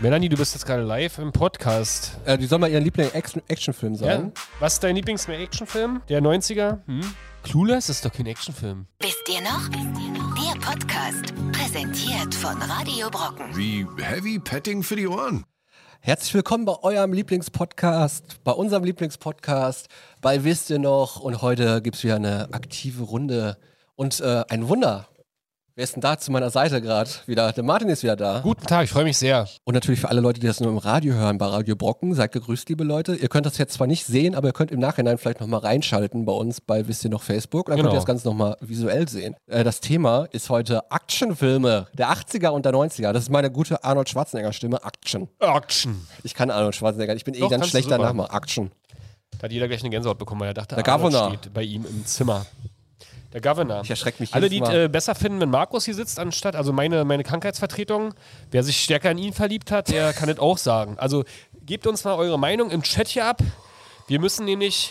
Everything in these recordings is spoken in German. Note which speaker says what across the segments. Speaker 1: Melanie, du bist jetzt gerade live im Podcast.
Speaker 2: Äh, die soll mal ihren Liebling-Actionfilm sagen.
Speaker 1: Was ist dein Lieblings-Actionfilm der 90er? Hm? Clueless ist doch kein Actionfilm.
Speaker 3: Wisst ihr noch? Der Podcast, präsentiert von Radio Brocken.
Speaker 4: Wie Heavy Petting für die Ohren.
Speaker 2: Herzlich willkommen bei eurem Lieblingspodcast, bei unserem Lieblingspodcast, bei Wisst ihr noch? Und heute gibt es wieder eine aktive Runde und äh, ein Wunder. Wer ist denn da zu meiner Seite gerade wieder? Der Martin ist wieder da.
Speaker 1: Guten Tag, ich freue mich sehr.
Speaker 2: Und natürlich für alle Leute, die das nur im Radio hören, bei Radio Brocken, seid gegrüßt, liebe Leute. Ihr könnt das jetzt zwar nicht sehen, aber ihr könnt im Nachhinein vielleicht nochmal reinschalten bei uns bei Wisst ihr noch Facebook. Dann
Speaker 1: Genau.
Speaker 2: könnt ihr das Ganze nochmal visuell sehen. Äh, das Thema ist heute Actionfilme der 80er und der 90er. Das ist meine gute Arnold Schwarzenegger-Stimme, Action.
Speaker 1: Action.
Speaker 2: Ich kann Arnold Schwarzenegger, ich bin eh
Speaker 1: Doch,
Speaker 2: ganz
Speaker 1: kannst
Speaker 2: schlecht
Speaker 1: du super.
Speaker 2: danach mal. Action.
Speaker 1: Da hat jeder gleich eine Gänsehaut bekommen, weil er dachte,
Speaker 2: Der
Speaker 1: Arnold
Speaker 2: Governor.
Speaker 1: steht bei ihm im Zimmer. Der Governor.
Speaker 2: Ich erschreck mich
Speaker 1: Alle, die
Speaker 2: jedes
Speaker 1: es
Speaker 2: Mal.
Speaker 1: äh, besser finden, wenn Markus hier sitzt, anstatt, also meine, meine Krankheitsvertretung, wer sich stärker in ihn verliebt hat, der kann es auch sagen. Also gebt uns mal eure Meinung im Chat hier ab. Wir müssen nämlich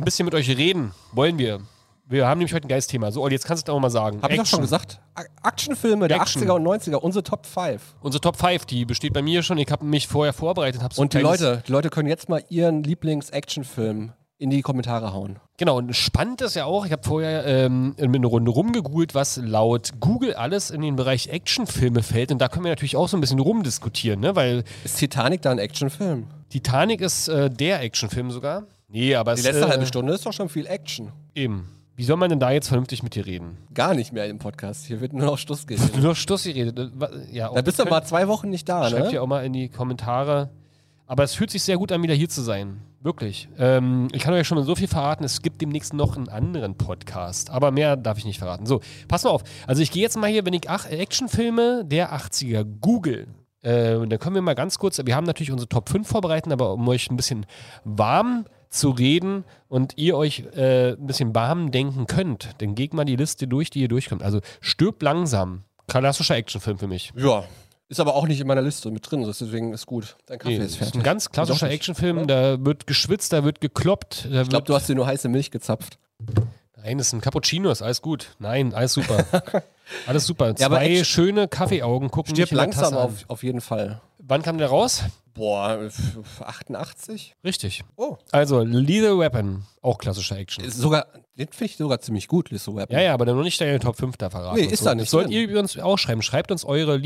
Speaker 1: ein bisschen mit euch reden. Wollen wir. Wir haben nämlich heute ein geiles Thema. So, Olli, jetzt kannst du es auch mal sagen.
Speaker 2: Hab ich doch
Speaker 1: Action.
Speaker 2: schon gesagt. A Actionfilme der
Speaker 1: Action.
Speaker 2: 80er und 90er, unsere Top 5.
Speaker 1: Unsere Top 5, die besteht bei mir schon. Ich habe mich vorher vorbereitet. Hab so
Speaker 2: Und die
Speaker 1: ein kleines-
Speaker 2: Leute, die Leute können jetzt mal ihren Lieblings-Actionfilm in die Kommentare hauen.
Speaker 1: Genau, und spannend ist ja auch, ich habe vorher ähm, eine Runde rumgegoogelt, was laut Google alles in den Bereich Actionfilme fällt. Und da können wir natürlich auch so ein bisschen rumdiskutieren, ne? weil
Speaker 2: Ist Titanic da ein Actionfilm?
Speaker 1: Titanic ist äh, der Actionfilm sogar. Nee, aber
Speaker 2: Die
Speaker 1: es
Speaker 2: letzte
Speaker 1: äh,
Speaker 2: halbe Stunde ist doch schon viel Action.
Speaker 1: Eben. Wie soll man denn da jetzt vernünftig mit dir reden?
Speaker 2: Gar nicht mehr im Podcast. Hier wird nur noch Schluss gehen.
Speaker 1: Nur Stuss geredet. äh, wa- Ja,
Speaker 2: Da bist du mal zwei Wochen nicht da,
Speaker 1: Schreibt ihr
Speaker 2: ne?
Speaker 1: auch mal in die Kommentare. Aber es fühlt sich sehr gut an, wieder hier zu sein. Wirklich. Ähm, ich kann euch schon mal so viel verraten, es gibt demnächst noch einen anderen Podcast. Aber mehr darf ich nicht verraten. So, pass mal auf. Also ich gehe jetzt mal hier, wenn ich ach, Actionfilme der 80er google. Äh, dann können wir mal ganz kurz, wir haben natürlich unsere Top 5 vorbereitet, aber um euch ein bisschen warm zu reden und ihr euch äh, ein bisschen warm denken könnt, dann geht mal die Liste durch, die hier durchkommt. Also stirb langsam. Klassischer Actionfilm für mich.
Speaker 2: Ja. Ist aber auch nicht in meiner Liste mit drin, deswegen ist gut. Dein Kaffee
Speaker 1: Nee,
Speaker 2: ist
Speaker 1: das ist
Speaker 2: fertig.
Speaker 1: ein ganz klassischer
Speaker 2: Doch nicht.
Speaker 1: Actionfilm. Da wird geschwitzt, da wird gekloppt. Da
Speaker 2: Ich glaube, du hast dir nur heiße Milch gezapft.
Speaker 1: wird Nein, das ist ein Cappuccino, ist alles gut. Nein, alles super. alles super.
Speaker 2: Ja, aber
Speaker 1: Zwei
Speaker 2: Action-
Speaker 1: schöne Kaffeeaugen gucken
Speaker 2: Stirb
Speaker 1: mich in der
Speaker 2: langsam
Speaker 1: Tasse an.
Speaker 2: auf, auf jeden Fall.
Speaker 1: Wann kam der raus?
Speaker 2: Boah, f- f- 88?
Speaker 1: Richtig.
Speaker 2: Oh.
Speaker 1: Also, Lethal Weapon, auch klassischer Action.
Speaker 2: Ist sogar, den finde ich sogar ziemlich gut, Lethal Weapon.
Speaker 1: ja, ja, aber dann noch nicht deine Top 5 da verraten.
Speaker 2: Nee,
Speaker 1: Und
Speaker 2: ist
Speaker 1: so.
Speaker 2: da nicht
Speaker 1: Das Sollt
Speaker 2: drin.
Speaker 1: ihr übrigens auch schreiben. Schreibt uns eure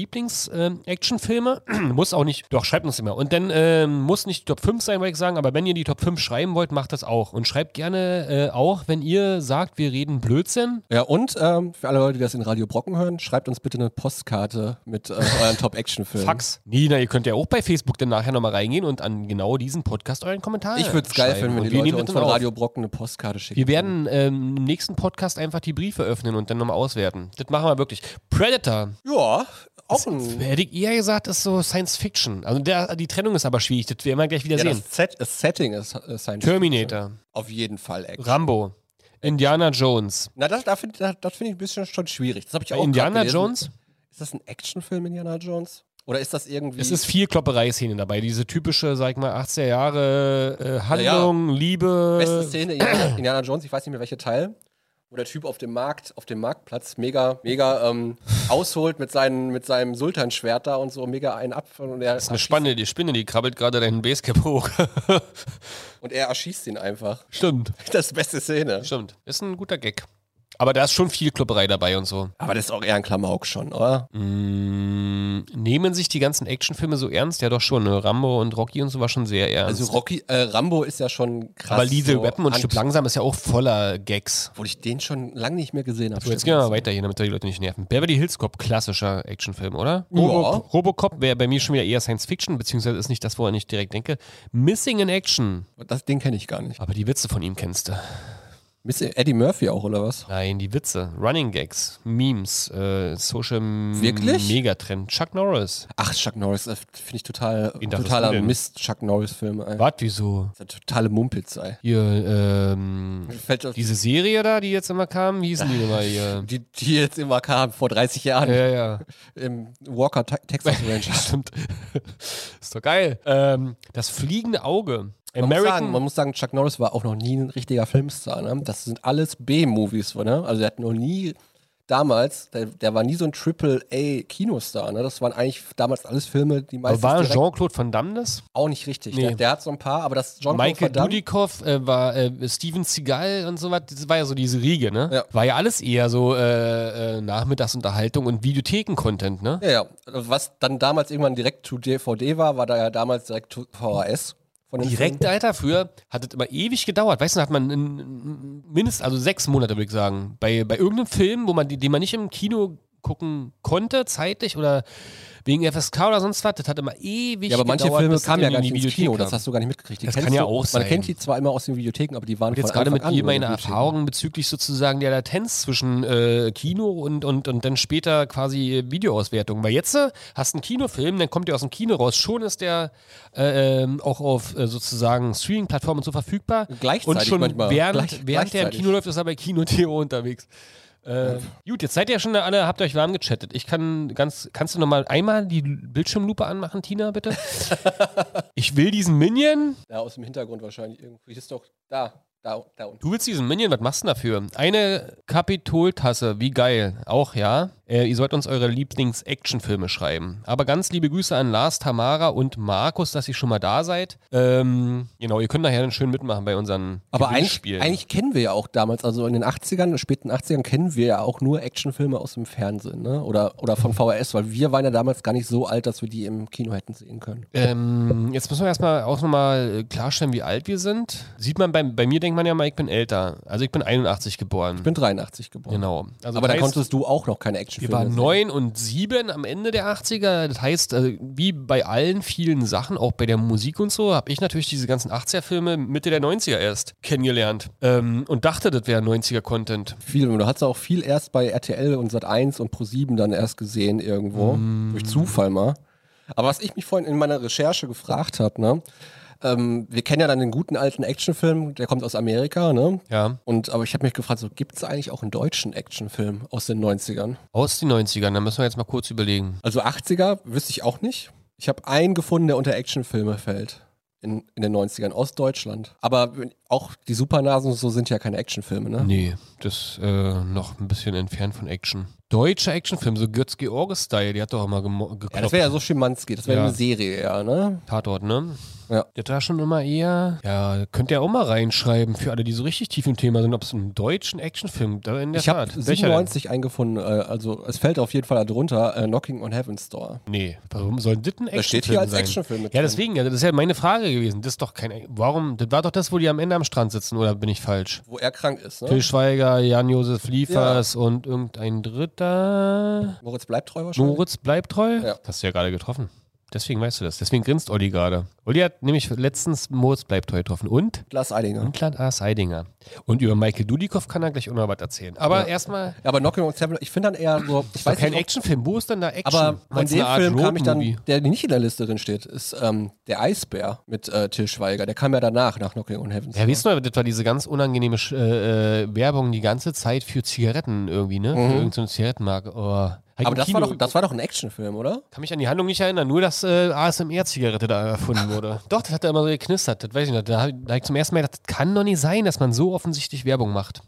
Speaker 1: Lieblings-Actionfilme. muss auch nicht. Doch, schreibt uns immer. Und dann ähm, muss nicht die Top 5 sein, wollte ich sagen, aber wenn ihr die Top 5 schreiben wollt, macht das auch. Und schreibt gerne äh, auch, wenn ihr sagt, wir reden Blödsinn,
Speaker 2: Ja, und ähm, für alle Leute, die das in Radio Brocken hören, schreibt uns bitte eine Postkarte mit äh, euren Top-Action-Filmen.
Speaker 1: Fax. Nina, ihr könnt ja auch bei Facebook dann nachher nochmal reingehen und an genau diesen Podcast euren Kommentar
Speaker 2: Ich würde es geil
Speaker 1: schreiben.
Speaker 2: finden, wenn
Speaker 1: Und
Speaker 2: die
Speaker 1: wir
Speaker 2: Leute
Speaker 1: nehmen das
Speaker 2: uns
Speaker 1: dann
Speaker 2: von
Speaker 1: auf.
Speaker 2: Radio Brocken eine Postkarte schicken.
Speaker 1: Wir werden ähm, im nächsten Podcast einfach die Briefe öffnen und dann nochmal auswerten. Das machen wir wirklich. Predator,
Speaker 2: Ja, auch ein...
Speaker 1: hätte ich eher gesagt, ist so Science Fiction. Also der, die Trennung ist aber schwierig, das werden wir gleich wieder
Speaker 2: Ja,
Speaker 1: sehen.
Speaker 2: das, Set, das Setting ist äh, Science
Speaker 1: Terminator,
Speaker 2: Fiction. Auf jeden Fall Action.
Speaker 1: Rambo, Indiana Jones.
Speaker 2: Na, das, da finde das, das find ich ein bisschen schon schwierig. Das habe ich auch
Speaker 1: Bei Indiana
Speaker 2: grad gelesen.
Speaker 1: Jones,
Speaker 2: Ist das ein Actionfilm, Indiana Jones? Oder ist das irgendwie...
Speaker 1: es ist viel Klopperei-Szene dabei. Diese typische, sag ich mal, 80er Jahre äh,
Speaker 2: ja.
Speaker 1: Handlung, Liebe.
Speaker 2: Beste Szene Indiana, Indiana Jones, ich weiß nicht mehr welcher Teil, wo der Typ auf dem Markt, auf dem Marktplatz mega, mega ähm, ausholt mit, seinen, mit seinem Sultanschwert da und so mega einen ab und er,
Speaker 1: Das ist eine Spanne, die Spinne, die krabbelt gerade deinen Basecap hoch.
Speaker 2: und er erschießt ihn einfach.
Speaker 1: Stimmt.
Speaker 2: Das ist die beste Szene.
Speaker 1: Stimmt. Ist ein guter Gag. Aber da ist schon viel Klopperei dabei und so.
Speaker 2: Aber das ist auch eher ein Klamauk schon, oder?
Speaker 1: Mm, nehmen sich die ganzen Actionfilme so ernst? Ja, doch schon. Ne? Rambo und Rocky und so war schon sehr ernst.
Speaker 2: Also Rocky, äh, Rambo ist ja schon krass.
Speaker 1: Aber Lethal
Speaker 2: so
Speaker 1: Weapon und Stück
Speaker 2: anti-
Speaker 1: Langsam ist ja auch voller Gags.
Speaker 2: Obwohl ich den schon lange nicht mehr gesehen habe.
Speaker 1: So, jetzt gehen wir mal weiter hier, damit wir die Leute nicht nerven. Beverly Hills Cop, klassischer Actionfilm, oder?
Speaker 2: Ja.
Speaker 1: Robocop wäre bei mir schon wieder eher Science Fiction, beziehungsweise ist nicht das, woran ich direkt denke. Missing in Action.
Speaker 2: Das, den kenne ich gar nicht.
Speaker 1: Aber die Witze von ihm kennst du.
Speaker 2: Miss Eddie Murphy auch, oder was?
Speaker 1: Nein, die Witze, Running Gags, Memes, äh, Social
Speaker 2: Wirklich?
Speaker 1: Megatrend. Chuck Norris.
Speaker 2: Ach, Chuck Norris, das finde ich total,
Speaker 1: Wen dachtest du
Speaker 2: totaler
Speaker 1: denn?
Speaker 2: Mist, Chuck Norris-Filme. ey.
Speaker 1: Wart, wieso?
Speaker 2: Das ist eine totale Mumpitz, ey.
Speaker 1: Hier, ähm,
Speaker 2: Mir fällt das-
Speaker 1: diese äh, Serie da, die jetzt immer kam, wie hießen die nochmal hier?
Speaker 2: die, die jetzt immer kam, vor 30 Jahren,
Speaker 1: Ja, ja.
Speaker 2: im Walker Te- Texas Rangers.
Speaker 1: Stimmt. Ist doch geil. Ähm, das fliegende Auge.
Speaker 2: Man muss, sagen, man
Speaker 1: American.
Speaker 2: muss sagen, Chuck ne? Norris war auch noch nie ein richtiger Filmstar. Ne? Das sind alles B-Movies, oder? Also er hat noch nie damals, der, der war nie so ein Triple-A-Kinostar. Ne? Das waren eigentlich damals alles Filme, die meistens
Speaker 1: war
Speaker 2: direkt
Speaker 1: Jean-Claude Van Damme das?
Speaker 2: auch nicht richtig.
Speaker 1: Nee.
Speaker 2: Der, der hat so ein paar, aber das John
Speaker 1: Michael Dudikoff äh, war äh, Steven Seagal und so was. Das war ja so diese Riege, ne?
Speaker 2: Ja.
Speaker 1: War ja alles eher so äh, äh, Nachmittagsunterhaltung und Videotheken-Content, ne?
Speaker 2: Ja, ja. Also Was dann damals irgendwann direkt zu DVD war, war da ja damals direkt zu VHS. Von den
Speaker 1: Direkt,
Speaker 2: Filmen.
Speaker 1: Alter, früher hat es immer ewig gedauert. Weißt du, da hat man in- in mindestens, also sechs Monate, würde ich sagen, bei, bei irgendeinem Film, wo man, die- den man nicht im Kino gucken konnte, zeitlich oder wegen FSK oder sonst was, das hat immer ewig
Speaker 2: Ja, aber manche Filme
Speaker 1: bis das
Speaker 2: kamen ja
Speaker 1: in
Speaker 2: gar
Speaker 1: die
Speaker 2: nicht ins
Speaker 1: Videothek
Speaker 2: Kino,
Speaker 1: kam.
Speaker 2: das hast du gar nicht mitgekriegt. Die
Speaker 1: Das
Speaker 2: kennst
Speaker 1: kann ja
Speaker 2: du,
Speaker 1: auch sein.
Speaker 2: Man kennt die zwar immer aus den Videotheken, aber die waren
Speaker 1: Und jetzt
Speaker 2: von
Speaker 1: gerade mit
Speaker 2: Anfang
Speaker 1: dir
Speaker 2: an
Speaker 1: meine
Speaker 2: in den Videotheken.
Speaker 1: Erfahrungen bezüglich sozusagen der Latenz zwischen äh, Kino und, und, und dann später quasi äh, Videoauswertung. Weil jetzt äh, hast du einen Kinofilm, dann kommt der aus dem Kino raus, schon ist der äh, ähm, auch auf äh, sozusagen Streaming-Plattformen so vergleich verfügbar.
Speaker 2: Gleichzeitig
Speaker 1: und schon
Speaker 2: manchmal.
Speaker 1: während,
Speaker 2: Gleich-
Speaker 1: während der im
Speaker 2: gleichzeitig.
Speaker 1: Kino läuft, ist er bei Kino.to unterwegs. Äh, gut, jetzt seid ihr schon alle, habt euch warm gechattet. Ich kann ganz, kannst du nochmal einmal die Bildschirmlupe anmachen, Tina, bitte? ich will diesen Minion.
Speaker 2: Ja, aus dem Hintergrund wahrscheinlich irgendwie. Das ist doch da, da, da unten.
Speaker 1: Du willst diesen Minion, was machst du denn dafür? Eine Kapitoltasse, wie geil. Auch ja. Äh, ihr sollt uns eure Lieblings-Action-Filme schreiben. Aber ganz liebe Grüße an Lars, Tamara und Markus, dass ihr schon mal da seid. Ähm, genau, ihr könnt nachher dann schön mitmachen bei unseren
Speaker 2: Aber eigentlich,
Speaker 1: Gewinnspielen.
Speaker 2: eigentlich kennen wir ja auch damals, also in den 80ern, späten 80ern kennen wir ja auch nur Actionfilme aus dem Fernsehen, ne? Oder, oder von VHS, weil wir waren ja damals gar nicht so alt, dass wir die im Kino hätten sehen können.
Speaker 1: Ähm, jetzt müssen wir erstmal auch nochmal klarstellen, wie alt wir sind. Sieht man, bei, bei mir denkt man ja mal, ich bin älter. Also ich bin 81 geboren.
Speaker 2: Ich bin 83 geboren.
Speaker 1: genau. Also
Speaker 2: Aber da
Speaker 1: heißt-
Speaker 2: konntest du auch noch keine
Speaker 1: Wir
Speaker 2: Actionfilme
Speaker 1: waren
Speaker 2: sehen.
Speaker 1: neun und sieben am Ende der 80er. Das heißt, äh, wie bei allen vielen Sachen, auch bei der Musik und so, habe ich natürlich diese ganzen 80er-Filme Mitte der 90er erst kennengelernt ähm, und dachte, das wäre 90er-Content.
Speaker 2: Viel, du hast auch viel erst bei RTL und Sat1 und Pro7 dann erst gesehen irgendwo.
Speaker 1: Mm.
Speaker 2: Durch Zufall mal. Aber was ich mich vorhin in meiner Recherche gefragt habe, ne? Ähm, wir kennen ja dann den guten alten Actionfilm, der kommt aus Amerika, ne?
Speaker 1: Ja,
Speaker 2: Und aber ich habe mich gefragt, so gibt es eigentlich auch einen deutschen Actionfilm aus den 90ern?
Speaker 1: aus den 90ern, da müssen wir jetzt mal kurz überlegen.
Speaker 2: Also 80er wüsste ich auch nicht. Ich habe einen gefunden, der unter Actionfilme fällt. In, in den 90ern aus Deutschland. Aber wenn- auch die Supernasen und so sind ja keine Actionfilme, ne?
Speaker 1: Nee, das äh, noch ein bisschen entfernt von Action. Deutscher Actionfilm, so Götz-Georges-Style, die hat doch immer gemo-
Speaker 2: Ja,
Speaker 1: gekloppt.
Speaker 2: das wäre ja so Schimanski, das wäre
Speaker 1: Ja.
Speaker 2: eine Serie, ja, ne?
Speaker 1: Tatort, ne?
Speaker 2: Ja.
Speaker 1: Der da schon immer eher. Ja, könnt ihr auch mal reinschreiben, für alle, die so richtig tief im Thema sind, ob es einen deutschen Actionfilm da in der
Speaker 2: Ich habe
Speaker 1: Tat. Welcher denn?
Speaker 2: 97 eingefunden, äh, also es fällt auf jeden Fall darunter, äh, Knocking on Heaven's Door.
Speaker 1: Nee, warum soll das ein Actionfilm
Speaker 2: Das steht hier als
Speaker 1: sein?
Speaker 2: Actionfilm mit
Speaker 1: Ja,
Speaker 2: drin.
Speaker 1: deswegen, ja, das ist ja meine Frage gewesen. Das ist doch kein. Warum? Das war doch das, wo die am Ende am Strand sitzen, oder bin ich falsch?
Speaker 2: Wo er krank ist, ne?
Speaker 1: Till Schweiger, Jan-Josef Liefers und irgendein dritter.
Speaker 2: Moritz bleibt treu wahrscheinlich.
Speaker 1: Moritz bleibt treu.
Speaker 2: Ja.
Speaker 1: Hast du ja gerade getroffen. Deswegen weißt du das. Deswegen grinst Olli gerade. Olli hat nämlich letztens Moritz bleibt treu getroffen. Und?
Speaker 2: Lars Eidinger.
Speaker 1: Und Land A. Seidinger. Und über Michael Dudikoff kann er gleich auch noch was erzählen. Aber erstmal.
Speaker 2: Ja, aber Knocking on Heaven's Door, ich finde dann eher so, ich
Speaker 1: Ist doch
Speaker 2: weiß
Speaker 1: kein
Speaker 2: nicht, ob-
Speaker 1: Actionfilm. Wo ist denn da Action?
Speaker 2: aber von
Speaker 1: Meinst du
Speaker 2: dem
Speaker 1: eine Art
Speaker 2: Film kam ich dann,
Speaker 1: Roadmovie?
Speaker 2: der nicht in der Liste drin steht, ist ähm, der Eisbär mit äh, Till Schweiger. Der kam ja danach, nach Knocking on Heaven's
Speaker 1: Ja, weißt du, das war diese ganz unangenehme Sch- äh, äh, Werbung die ganze Zeit für Zigaretten irgendwie, ne? Für irgendeine Zigarettenmarke. Oh. Halt
Speaker 2: aber
Speaker 1: im
Speaker 2: das
Speaker 1: Kino.
Speaker 2: war, doch, das war doch ein Actionfilm, oder?
Speaker 1: Kann mich an die Handlung nicht erinnern, nur dass äh, ASMR-Zigarette da erfunden wurde. doch, das hat da immer so geknistert, das weiß ich noch. Da habe hab ich zum ersten Mal gedacht, das kann doch nicht sein, dass man so offensichtlich Werbung macht.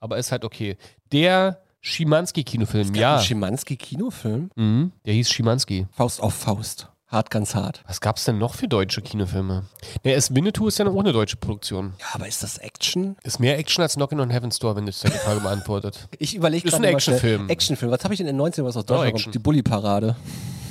Speaker 1: Aber ist halt okay. Der Schimanski-Kinofilm,
Speaker 2: Ein
Speaker 1: ja.
Speaker 2: Schimanski-Kinofilm?
Speaker 1: Mhm, der hieß Schimanski.
Speaker 2: Faust auf Faust. Hart, ganz hart.
Speaker 1: Was gab's denn noch für deutsche Kinofilme? Ne, es Winnetou ist ja noch ohne deutsche Produktion.
Speaker 2: Ja, aber ist das Action?
Speaker 1: Ist mehr Action als Knockin' on Heaven's Door, wenn das deine Frage beantwortet.
Speaker 2: Ich überlege
Speaker 1: Ist
Speaker 2: gerade
Speaker 1: ein
Speaker 2: mal schnell.
Speaker 1: Actionfilm.
Speaker 2: Actionfilm. Was habe ich denn in den 90ern, was aus Deutschland
Speaker 1: Action.
Speaker 2: kommt? Die Bully-Parade.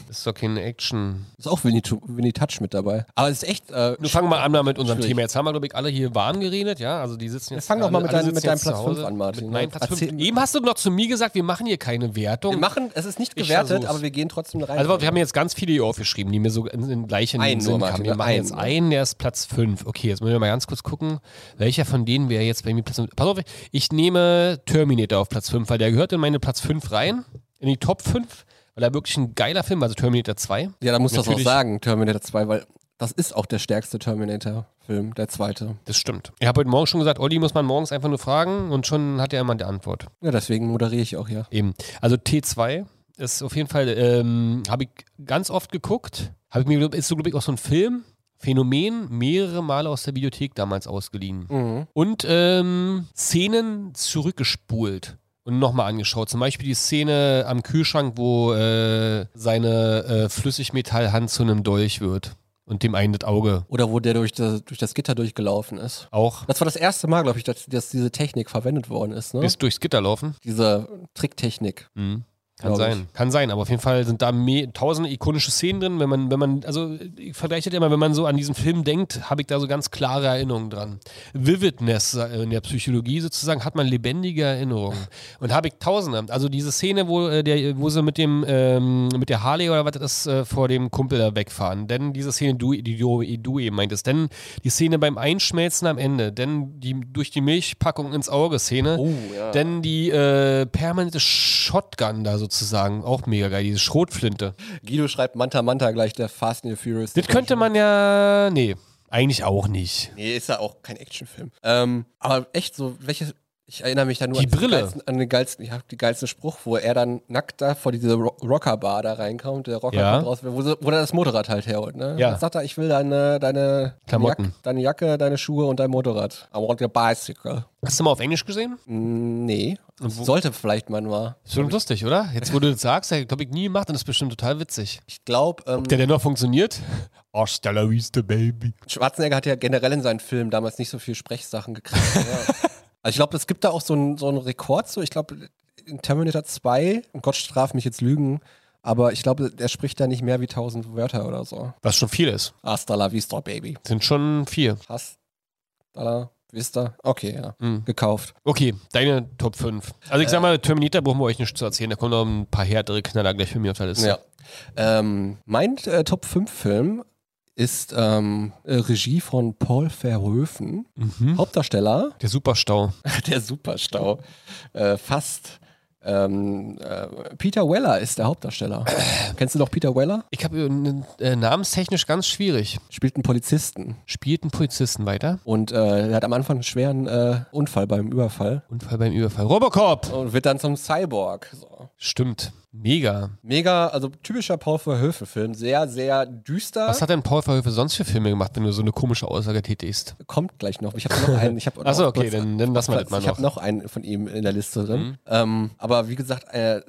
Speaker 1: Ist doch keine Action.
Speaker 2: Ist auch Winnie, Tu- Winnie Touch mit dabei. Aber es ist echt. Äh,
Speaker 1: Nun fangen wir an mal mit unserem
Speaker 2: Schwierig.
Speaker 1: Thema. Jetzt haben wir, glaube ich, alle hier warm geredet, ja? Also die sitzen jetzt.
Speaker 2: fang doch
Speaker 1: alle-
Speaker 2: mal mit
Speaker 1: alle sitzen
Speaker 2: deinem- mit deinem
Speaker 1: jetzt zu
Speaker 2: Platz
Speaker 1: Hause.
Speaker 2: fünf an, Martin. ne?
Speaker 1: Mit meinem Platz
Speaker 2: Erzähl
Speaker 1: 5.
Speaker 2: mal.
Speaker 1: Eben hast du noch zu mir gesagt, wir machen hier keine Wertung.
Speaker 2: wir machen, es ist nicht
Speaker 1: Ich
Speaker 2: gewertet,
Speaker 1: versuch's.
Speaker 2: aber wir gehen trotzdem rein.
Speaker 1: also wir haben jetzt ganz viele hier aufgeschrieben, die mir so in den gleichen
Speaker 2: Einen
Speaker 1: Sinn
Speaker 2: nur,
Speaker 1: kamen.
Speaker 2: Martin,
Speaker 1: Wir machen
Speaker 2: einen ne?
Speaker 1: jetzt
Speaker 2: nur.
Speaker 1: einen, der ist Platz 5. Okay, jetzt müssen wir mal ganz kurz gucken, welcher von denen wäre jetzt bei mir Platz 5. Pass auf, ich nehme Terminator auf Platz 5, weil der gehört in meine Platz 5 rein, in die Top 5, weil er wirklich ein geiler Film, also Terminator 2.
Speaker 2: ja, da muss das auch
Speaker 1: Natürlich.
Speaker 2: sagen, Terminator 2, weil das ist auch der stärkste Terminator-Film, der zweite.
Speaker 1: Das stimmt. Ich habe heute Morgen schon gesagt, Olli muss man morgens einfach nur fragen und schon hat er immer die Antwort.
Speaker 2: Ja, deswegen moderiere ich auch hier.
Speaker 1: Eben. Also T2 ist auf jeden Fall, ähm, habe ich ganz oft geguckt. Hab ich mir, glaub- ist so, glaube ich, auch so ein Film, Phänomen, mehrere Male aus der Bibliothek damals ausgeliehen. Und ähm, Szenen zurückgespult. Und und nochmal angeschaut. Zum Beispiel die Szene am Kühlschrank, wo äh, seine äh, Flüssigmetallhand zu einem Dolch wird und dem einen das Auge
Speaker 2: Oder wo der durch das, durch das Gitter durchgelaufen ist.
Speaker 1: auch.
Speaker 2: Das war das erste Mal, glaube ich, dass, dass diese Technik verwendet worden ist, ne?
Speaker 1: Bis durchs Gitter laufen.
Speaker 2: diese Tricktechnik.
Speaker 1: Mhm. Kann
Speaker 2: Glaub
Speaker 1: sein, kann sein, aber auf jeden Fall sind da me- tausende ikonische Szenen drin, wenn man, wenn man, also ich vergleiche das immer, wenn man so an diesen Film denkt, habe ich da so ganz klare Erinnerungen dran. Vividness äh, in der Psychologie sozusagen hat man lebendige Erinnerungen und habe ich tausende. Also diese Szene, wo, äh, der, wo sie mit dem, ähm, mit der Harley oder was das ist, äh, vor dem Kumpel da wegfahren, denn diese Szene, du, die du, du eben meintest, denn die Szene beim Einschmelzen am Ende, denn die durch die Milchpackung ins Auge Szene,
Speaker 2: Oh, ja.
Speaker 1: denn die äh, permanente Shotgun da sozusagen, auch mega geil, diese Schrotflinte.
Speaker 2: Guido schreibt Manta Manta gleich der Fast and the Furious.
Speaker 1: Das könnte man ja. Nee, eigentlich auch nicht.
Speaker 2: Nee, ist ja auch kein Actionfilm. Ähm, aber echt so, welches. Ich erinnere mich da nur
Speaker 1: Die
Speaker 2: an,
Speaker 1: Brille.
Speaker 2: Den geilsten, an den geilsten, ich hab den geilsten Spruch, wo er dann nackt da vor diese Ro Rockerbar da reinkommt, der Rocker
Speaker 1: Ja.
Speaker 2: kommt raus, wo, sie- wo er das Motorrad halt herholt, ne?
Speaker 1: Ja.
Speaker 2: Dann sagt er, ich will deine, deine
Speaker 1: Klamotten.
Speaker 2: Jack- deine Jacke, deine Schuhe und dein Motorrad. I want your bicycle.
Speaker 1: Hast du mal auf Englisch gesehen?
Speaker 2: Mm, Nee. Sollte vielleicht man mal.
Speaker 1: Ist schon lustig, oder? Jetzt, wo du das sagst, glaube ich nie gemacht und das ist bestimmt total witzig.
Speaker 2: Ich glaube, ähm,
Speaker 1: Der dennoch funktioniert? Oh, Stella Vista, Baby.
Speaker 2: Schwarzenegger hat ja generell in seinen Filmen damals nicht so viel Sprechsachen gekriegt. ja. Also ich glaube, es gibt da auch so einen so einen Rekord so. Ich glaube, in Terminator 2, und Gott straf mich jetzt Lügen, aber ich glaube, der spricht da nicht mehr wie 1000 Wörter oder so.
Speaker 1: Was schon viel ist.
Speaker 2: Hasta la vista, baby.
Speaker 1: Sind schon vier.
Speaker 2: Hasta la vista. Okay, ja.
Speaker 1: Mhm.
Speaker 2: Gekauft.
Speaker 1: Okay, deine Top 5. Also, ich
Speaker 2: Äh.
Speaker 1: sag mal, Terminator brauchen wir euch nicht zu erzählen. Da kommen noch ein paar härtere Knaller gleich für mich auf der Liste.
Speaker 2: Ja. Ähm, mein äh, Top-5-Film ist ähm, äh, Regie von Paul Verhoeven.
Speaker 1: Mhm.
Speaker 2: Hauptdarsteller
Speaker 1: Der Superstau.
Speaker 2: Der Superstau. Äh, fast. Ähm, äh, Peter Weller ist der Hauptdarsteller. Kennst du noch Peter Weller?
Speaker 1: Ich habe äh, namenstechnisch ganz schwierig.
Speaker 2: Spielt einen Polizisten.
Speaker 1: Spielt einen Polizisten weiter.
Speaker 2: Und äh, er hat am Anfang einen schweren äh, Unfall beim Überfall.
Speaker 1: Unfall beim Überfall. Robocop!
Speaker 2: Und wird dann zum Cyborg. So.
Speaker 1: Stimmt. Mega.
Speaker 2: Mega, also typischer Paul Verhoeven-Film. Sehr, sehr düster.
Speaker 1: Was hat denn Paul Verhoeven sonst für Filme gemacht, wenn du so eine komische Aussage tätigst?
Speaker 2: Kommt gleich noch. Ich habe noch einen. Ich hab
Speaker 1: Ach so,
Speaker 2: noch
Speaker 1: okay,
Speaker 2: kurz-
Speaker 1: dann- dann lassen wir das mal
Speaker 2: Ich habe
Speaker 1: noch. Mhm.
Speaker 2: noch einen von ihm in der Liste drin. Ähm, aber wie gesagt, äh,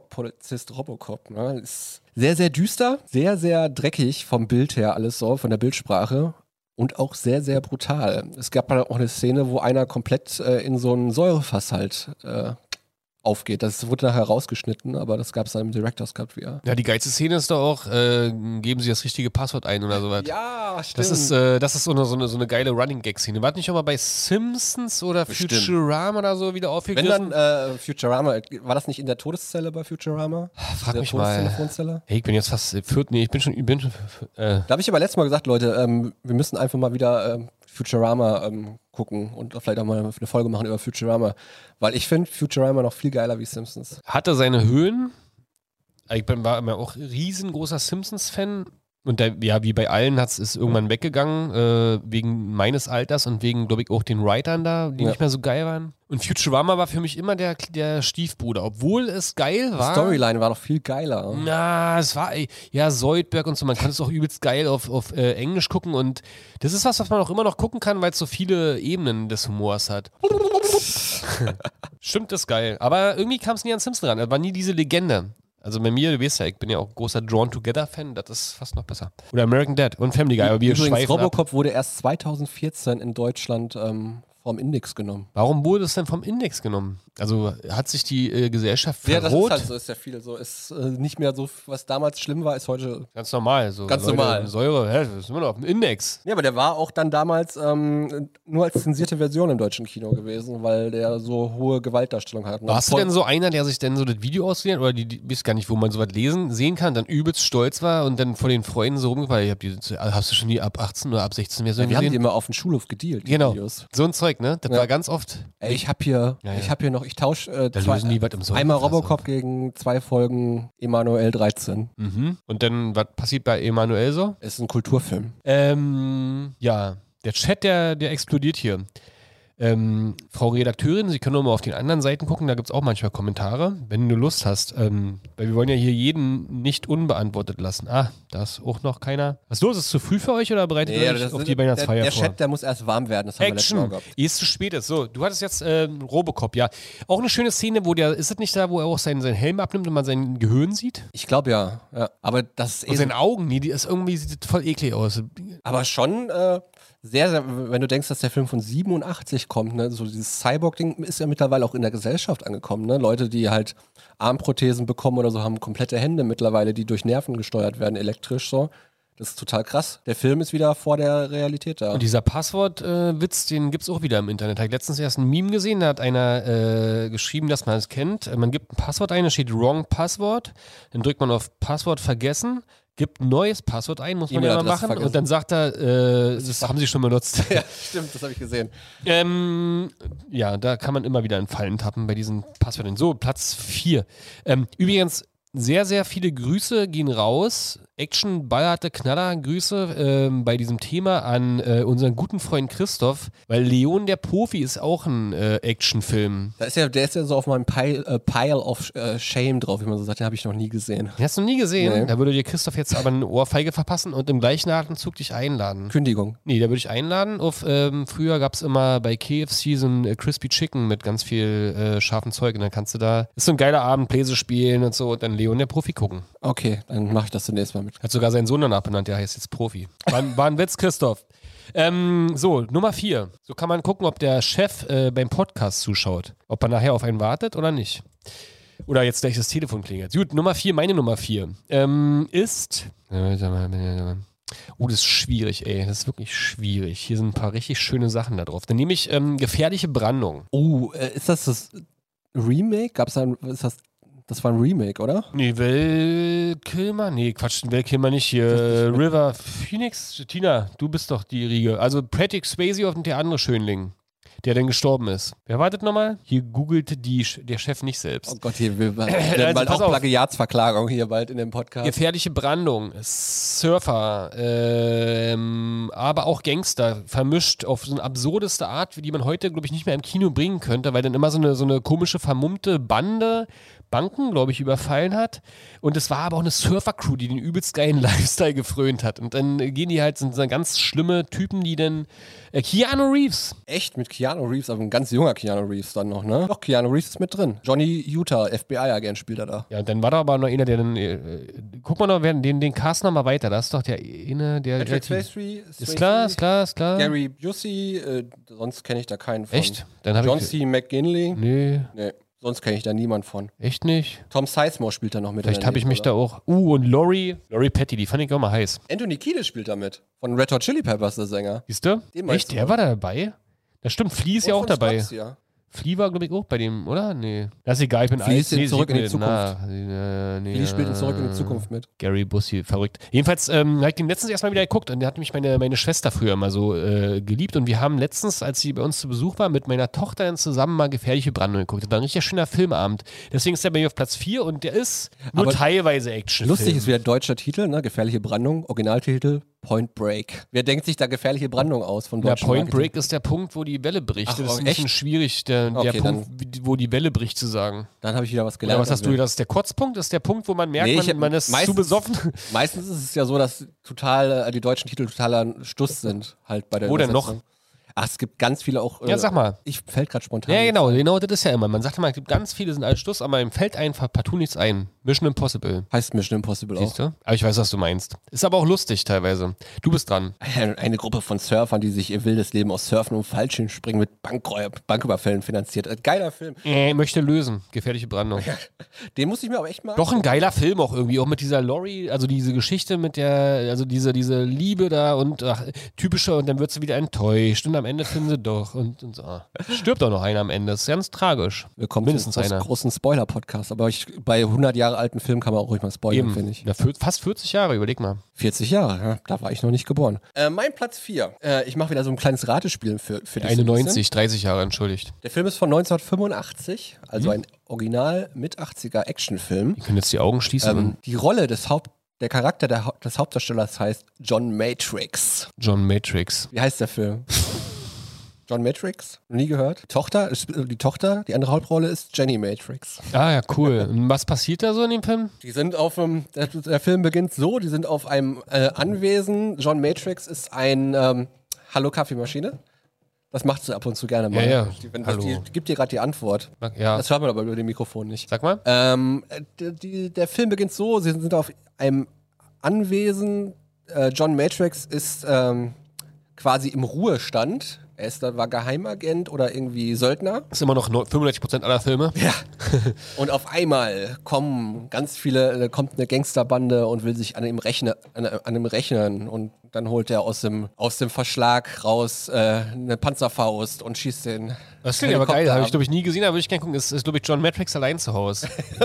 Speaker 2: Cyborg-Polizist Robocop ne, ist sehr, sehr düster, sehr, sehr dreckig vom Bild her alles so, von der Bildsprache. Und auch sehr, sehr brutal. Es gab mal auch eine Szene, wo einer komplett äh, in so einen Säurefass halt äh, aufgeht. Das wurde nachher rausgeschnitten, aber das gab es dann im Director's Cut wieder.
Speaker 1: Ja, die geilste Szene ist doch auch, äh, geben Sie das richtige Passwort ein oder sowas.
Speaker 2: Ja, stimmt.
Speaker 1: Das ist, äh, das ist so, eine, so, eine, so eine geile Running Gag-Szene. War das nicht auch mal bei Simpsons oder
Speaker 2: Bestimmt.
Speaker 1: Futurama oder so wieder
Speaker 2: Wenn
Speaker 1: aufgegriffen?
Speaker 2: dann äh, Futurama, war das nicht in der Todeszelle bei Futurama?
Speaker 1: Frag
Speaker 2: In äh, der
Speaker 1: mich mal.
Speaker 2: Todestelefonzelle?
Speaker 1: Hey, ich bin jetzt fast äh, viert, nee, ich bin schon, ich bin schon, äh,
Speaker 2: Da habe ich aber letztes Mal gesagt, Leute, ähm, wir müssen einfach mal wieder ähm, Futurama ähm, gucken und vielleicht auch mal eine Folge machen über Futurama. Weil ich finde Futurama noch viel geiler wie Simpsons.
Speaker 1: hatte seine Höhen. Ich bin, war immer auch riesengroßer Simpsons-Fan. Und da, ja, wie bei allen hat es irgendwann weggegangen, äh, wegen meines Alters und wegen, glaube ich, auch den Writern da, die
Speaker 2: Ja.
Speaker 1: nicht mehr so geil waren. Und Futurama war für mich immer der, der Stiefbruder, obwohl es geil
Speaker 2: Die
Speaker 1: war.
Speaker 2: Storyline war noch viel geiler.
Speaker 1: Na, es war, ey, ja, Soldberg und so, man kann es auch übelst geil auf, auf äh, Englisch gucken und das ist was, was man auch immer noch gucken kann, weil es so viele Ebenen des Humors hat. Stimmt, das ist geil. Aber irgendwie kam es nie an Simpson ran, das war nie diese Legende. Also bei mir, du weißt ja, ich bin ja auch großer Drawn Together-Fan, das ist fast noch besser. Oder American Dad und Family Guy, aber wir
Speaker 2: Übrigens,
Speaker 1: schweifen ab.
Speaker 2: Robocop wurde erst 2014 in Deutschland ähm, vom Index genommen.
Speaker 1: Warum wurde es denn vom Index genommen? Also hat sich die äh, Gesellschaft verrot?
Speaker 2: so, ist ja viel so. Ist äh, nicht mehr so, was damals schlimm war, ist heute.
Speaker 1: Ganz normal. So
Speaker 2: Ganz normal.
Speaker 1: Säure, hä, das ist immer noch auf dem Index.
Speaker 2: Ja, aber der war auch dann damals ähm, nur als zensierte Version im deutschen Kino gewesen, weil der so hohe Gewaltdarstellung hat.
Speaker 1: Warst du
Speaker 2: Voll-
Speaker 1: denn so einer, der sich denn so das Video auswählt oder die, die wisst gar nicht, wo man sowas lesen, sehen kann, dann übelst stolz war und dann vor den Freunden so rumgefallen, ich hab die, so, ah, hast du schon die ab 18 oder ab 16 mehr so
Speaker 2: Wir haben die
Speaker 1: gesehen?
Speaker 2: immer auf dem Schulhof gedealt, die
Speaker 1: Genau.
Speaker 2: Videos.
Speaker 1: So ein Zeug, ne? Das
Speaker 2: Ja.
Speaker 1: war ganz oft.
Speaker 2: Ey, ich habe hier,
Speaker 1: Ja, ja.
Speaker 2: ich habe hier noch, ich tausche äh,
Speaker 1: Da
Speaker 2: zwei,
Speaker 1: lösen die was im Also. Sonnen-
Speaker 2: einmal
Speaker 1: Fass
Speaker 2: Robocop gegen zwei Folgen Emanuel 13.
Speaker 1: Mhm. Und dann, was passiert bei Emanuel so?
Speaker 2: Ist ein Kulturfilm.
Speaker 1: Ähm, ja, der Chat, der, der explodiert hier. Ähm, Frau Redakteurin, Sie können auch mal auf den anderen Seiten gucken, da gibt es auch manchmal Kommentare, wenn du Lust hast. Ähm, weil wir wollen ja hier jeden nicht unbeantwortet lassen. Ah, da ist auch noch keiner. Was los? Ist es zu früh für euch oder bereitet ihr euch auf die Weihnachtsfeier
Speaker 2: der, der
Speaker 1: vor?
Speaker 2: Chat, der muss erst warm werden. Das haben wir
Speaker 1: Action.
Speaker 2: letztes Mal gehabt.
Speaker 1: Ehe es zu spät ist. So, du hattest jetzt ähm, Robocop, ja. Auch eine schöne Szene, wo der, ist das nicht da, wo er auch seinen, seinen Helm abnimmt und man sein Gehirn sieht?
Speaker 2: Ich glaube ja. ja. Aber das ist
Speaker 1: Und
Speaker 2: eh
Speaker 1: seine Augen, die, die ist irgendwie, sieht das voll eklig aus.
Speaker 2: Aber schon äh, sehr, sehr, wenn du denkst, dass der Film von 87 kommt, ne? so dieses Cyborg-Ding ist ja mittlerweile auch in der Gesellschaft angekommen. Ne? Leute, die halt Armprothesen bekommen oder so, haben komplette Hände mittlerweile, die durch Nerven gesteuert werden, elektrisch so. Das ist total krass. Der Film ist wieder vor der Realität da.
Speaker 1: Und dieser Passwortwitz, den gibt es auch wieder im Internet. Habe ich letztens erst ein Meme gesehen, da hat einer äh, geschrieben, dass man es kennt. Äh, Man gibt ein Passwort ein, da steht Wrong Passwort. Dann drückt man auf Passwort vergessen, gibt ein neues Passwort ein, muss man ja mal
Speaker 2: E-Mail-Adresse
Speaker 1: machen.
Speaker 2: vergessen.
Speaker 1: Und dann sagt er, äh, das haben sie schon benutzt.
Speaker 2: ja, stimmt, das habe ich gesehen.
Speaker 1: Ähm, ja, da kann man immer wieder in Fallen tappen bei diesen Passwörtern. So, Platz 4. Ähm, übrigens, sehr, sehr viele Grüße gehen raus. Action, ballerte, Knaller, Grüße ähm, bei diesem Thema an äh, unseren guten Freund Christoph, weil Leon der Profi ist auch ein äh, Actionfilm.
Speaker 2: Da ist ja, der ist ja so auf meinem Pile, äh, Pile of äh, Shame drauf, wie man so sagt. Den habe ich noch nie gesehen.
Speaker 1: Den hast du noch nie gesehen.
Speaker 2: Nee.
Speaker 1: Da würde dir Christoph jetzt aber eine Ohrfeige verpassen und im gleichen Atemzug dich einladen.
Speaker 2: Kündigung.
Speaker 1: Nee, da würde ich einladen. Auf, ähm, früher gab es immer bei KFC so ein äh, Crispy Chicken mit ganz viel äh, scharfem Zeug. Und dann kannst du da, ist so ein geiler Abend, Bläse spielen und so. Und dann Leon der Profi gucken.
Speaker 2: Okay, dann mache ich das zunächst mal mit.
Speaker 1: Hat sogar seinen Sohn danach benannt, der heißt jetzt Profi. War, war ein Witz, Christoph. Ähm, so, Nummer vier. So kann man gucken, ob der Chef äh, beim Podcast zuschaut. Ob er nachher auf einen wartet oder nicht. Oder jetzt gleich das Telefon klingelt. Gut, Nummer vier, meine Nummer vier ähm, ist. Oh, das ist schwierig, ey. Das ist wirklich schwierig. Hier sind ein paar richtig schöne Sachen da drauf. Dann nehme ich ähm, gefährliche Brandung.
Speaker 2: Oh, äh, ist das das Remake? Gab's da ein, ist das, das war ein Remake, oder?
Speaker 1: Nee, Will Kilmer? Nee, Quatsch, Will Kilmer nicht hier. River Phoenix? Tina, du bist doch die Riege. Also Patrick Swayze und der andere Schönling, der denn gestorben ist. Wer wartet nochmal? Hier googelt die, Sch- der Chef nicht selbst.
Speaker 2: Oh Gott, hier will man
Speaker 1: Also,
Speaker 2: also, bald
Speaker 1: pass
Speaker 2: auch
Speaker 1: auf.
Speaker 2: Plagiatsverklagung hier bald in dem Podcast.
Speaker 1: Gefährliche Brandung, Surfer, ähm, aber auch Gangster, vermischt auf so eine absurdeste Art, wie die man heute, glaube ich, nicht mehr im Kino bringen könnte, weil dann immer so eine, so eine komische, vermummte Bande Banken, glaube ich, überfallen hat. Und es war aber auch eine Surfer-Crew, die den übelst geilen Lifestyle gefrönt hat. Und dann gehen die halt, sind so ganz schlimme Typen, die dann. Äh, Keanu Reeves,
Speaker 2: Echt mit Keanu Reeves, aber ein ganz junger Keanu Reeves dann noch, ne? Doch, Keanu Reeves ist mit drin. Johnny Utah, FBI-Agent spielt er da.
Speaker 1: Ja, und dann war da aber noch einer, der dann. Äh, äh, guck mal noch, wer- den, den Cast noch mal weiter. Da ist doch der eine, der. relativ- ist klar, ist klar, ist klar.
Speaker 2: Gary Busey, äh, sonst kenne ich da keinen von.
Speaker 1: Echt? Dann habe
Speaker 2: John
Speaker 1: ich.
Speaker 2: C. McGinley?
Speaker 1: Nee,
Speaker 2: Nee, sonst kenne ich da niemanden von.
Speaker 1: echt nicht.
Speaker 2: Tom Sizemore spielt da noch mit. in
Speaker 1: Vielleicht
Speaker 2: der
Speaker 1: habe ich mich da
Speaker 2: Nebenrolle.
Speaker 1: auch. Uh, und Lori, Lori Petty, die fand ich auch mal heiß.
Speaker 2: Anthony Kiedis spielt da mit. Von Red Hot Chili Peppers, der Sänger.
Speaker 1: Siehst du?
Speaker 2: Den meinst
Speaker 1: Echt,
Speaker 2: du
Speaker 1: der war da dabei? Das stimmt, Flea ist ja auch
Speaker 2: Und von
Speaker 1: dabei.
Speaker 2: Scrubs, ja.
Speaker 1: Flea war, glaube ich, auch bei dem, oder? Nee. Das ist egal, ich bin
Speaker 2: Flea
Speaker 1: alt.
Speaker 2: ist in
Speaker 1: Nee,
Speaker 2: Zurück
Speaker 1: sieht
Speaker 2: in die
Speaker 1: mir- Na, nee,
Speaker 2: Die spielt in Zurück in die
Speaker 1: äh,
Speaker 2: Zukunft mit.
Speaker 1: Gary Bussi, verrückt. Jedenfalls ähm, habe ich den letztens erstmal wieder geguckt und der hat mich meine, meine Schwester früher mal so äh, geliebt und wir haben letztens, als sie bei uns zu Besuch war, mit meiner Tochter dann zusammen mal Gefährliche Brandung geguckt. Das war ein richtig schöner Filmabend. Deswegen ist der bei mir auf Platz 4 und der ist nur
Speaker 2: Aber
Speaker 1: teilweise Action.
Speaker 2: Lustig ist wieder deutscher Titel, ne? Gefährliche Brandung, Originaltitel Point Break. Wer denkt sich da gefährliche Brandung aus von
Speaker 1: der
Speaker 2: deutschen
Speaker 1: Point
Speaker 2: Marketing?
Speaker 1: Break ist der Punkt, wo die Welle bricht.
Speaker 2: Ach, oh,
Speaker 1: das ist ein
Speaker 2: echt?
Speaker 1: bisschen schwierig, der, der
Speaker 2: Okay,
Speaker 1: Punkt, wo die Welle bricht, zu sagen.
Speaker 2: Dann habe ich wieder was
Speaker 1: Oder
Speaker 2: gelernt.
Speaker 1: was hast du
Speaker 2: Also,
Speaker 1: gedacht? Das ist der Kurzpunkt, das ist der Punkt, wo man merkt,
Speaker 2: Nee, ich
Speaker 1: man,
Speaker 2: hab-
Speaker 1: man ist zu
Speaker 2: meistens-
Speaker 1: besoffen.
Speaker 2: Meistens ist es ja so, dass total äh, die deutschen Titel totaler Stuss sind halt bei der
Speaker 1: Wo denn noch?
Speaker 2: Übersetzung. Ach, es gibt ganz viele auch. äh,
Speaker 1: Ja, sag mal.
Speaker 2: Ich fällt gerade spontan.
Speaker 1: Ja, genau, genau, das ist ja immer. Man sagt immer, es gibt ganz viele sind alles Stuss, aber ihm fällt einfach partout nichts ein. Mission Impossible.
Speaker 2: Heißt Mission Impossible auch.
Speaker 1: Siehst du? Aber ich weiß, was du meinst. Ist aber auch lustig teilweise. Du bist dran.
Speaker 2: Eine eine Gruppe von Surfern, die sich ihr wildes Leben aus Surfen und Fallschirmspringen mit Bankräu- Banküberfällen finanziert. Äh, Geiler Film.
Speaker 1: Äh, möchte lösen. Gefährliche Brandung.
Speaker 2: Den muss ich mir aber echt mal.
Speaker 1: Doch ein geiler Film auch irgendwie, auch mit dieser Lori, also diese Geschichte mit der, also diese, diese Liebe da und ach, typische, und dann wird sie wieder enttäuscht und am Ende finden sie doch und, und so. Ah. Stirbt auch noch einer am Ende, ist ganz tragisch.
Speaker 2: Willkommen
Speaker 1: Mindestens
Speaker 2: zum
Speaker 1: einer.
Speaker 2: großen Spoiler-Podcast. Aber ich, bei 100 Jahre alten Filmen kann man auch ruhig mal spoilern, finde
Speaker 1: Eben,
Speaker 2: ich.
Speaker 1: Na, vier- fast 40 Jahre, überleg mal.
Speaker 2: 40 Jahre, ja, da war ich noch nicht geboren. Äh, mein Platz 4. Äh, ich mache wieder so ein kleines Ratespiel für, für dich. so ein bisschen.
Speaker 1: 91, 30 Jahre, entschuldigt.
Speaker 2: Der Film ist von 1985, also ein Original mit 80er Actionfilm.
Speaker 1: Ihr könnt jetzt Mhm. die Augen schließen.
Speaker 2: Ähm, die Rolle des Haupt, der Charakter der, Hau- des Hauptdarstellers heißt John Matrix.
Speaker 1: John Matrix.
Speaker 2: Wie heißt der Film? John Matrix, nie gehört. Tochter, ist- äh, die Tochter, die andere Hauptrolle ist Jenny Matrix.
Speaker 1: Ah ja, cool. Und was passiert da so in dem Film?
Speaker 2: Die sind auf dem, der, der Film beginnt so, die sind auf einem äh, Anwesen. John Matrix ist ein ähm, Hallo-Kaffeemaschine. Das macht sie ab und zu gerne mal.
Speaker 1: Ja, ja.
Speaker 2: Die, wenn,
Speaker 1: Hallo.
Speaker 2: Die, die gibt dir gerade die Antwort.
Speaker 1: Ja,
Speaker 2: Das hört man aber über dem Mikrofon nicht.
Speaker 1: sag mal.
Speaker 2: Ähm, äh, d- die, der Film beginnt so, sie sind auf einem Anwesen. Äh, John Matrix ist ähm, quasi im Ruhestand. Er ist, war Geheimagent oder irgendwie Söldner.
Speaker 1: Das ist immer noch neu- 95% aller Filme.
Speaker 2: Ja. und auf einmal kommen ganz viele, äh, kommt eine Gangsterbande und will sich an ihm rechnen, an, an ihm rechnen. Und dann holt er aus dem, aus dem Verschlag raus äh, eine Panzerfaust und schießt den.
Speaker 1: Das klingt aber geil.
Speaker 2: Helikopter
Speaker 1: Habe
Speaker 2: ab.
Speaker 1: ich, glaube ich, nie gesehen, aber würde ich gerne gucken. Ist, ist glaube ich, John Matrix allein zu Hause.
Speaker 2: so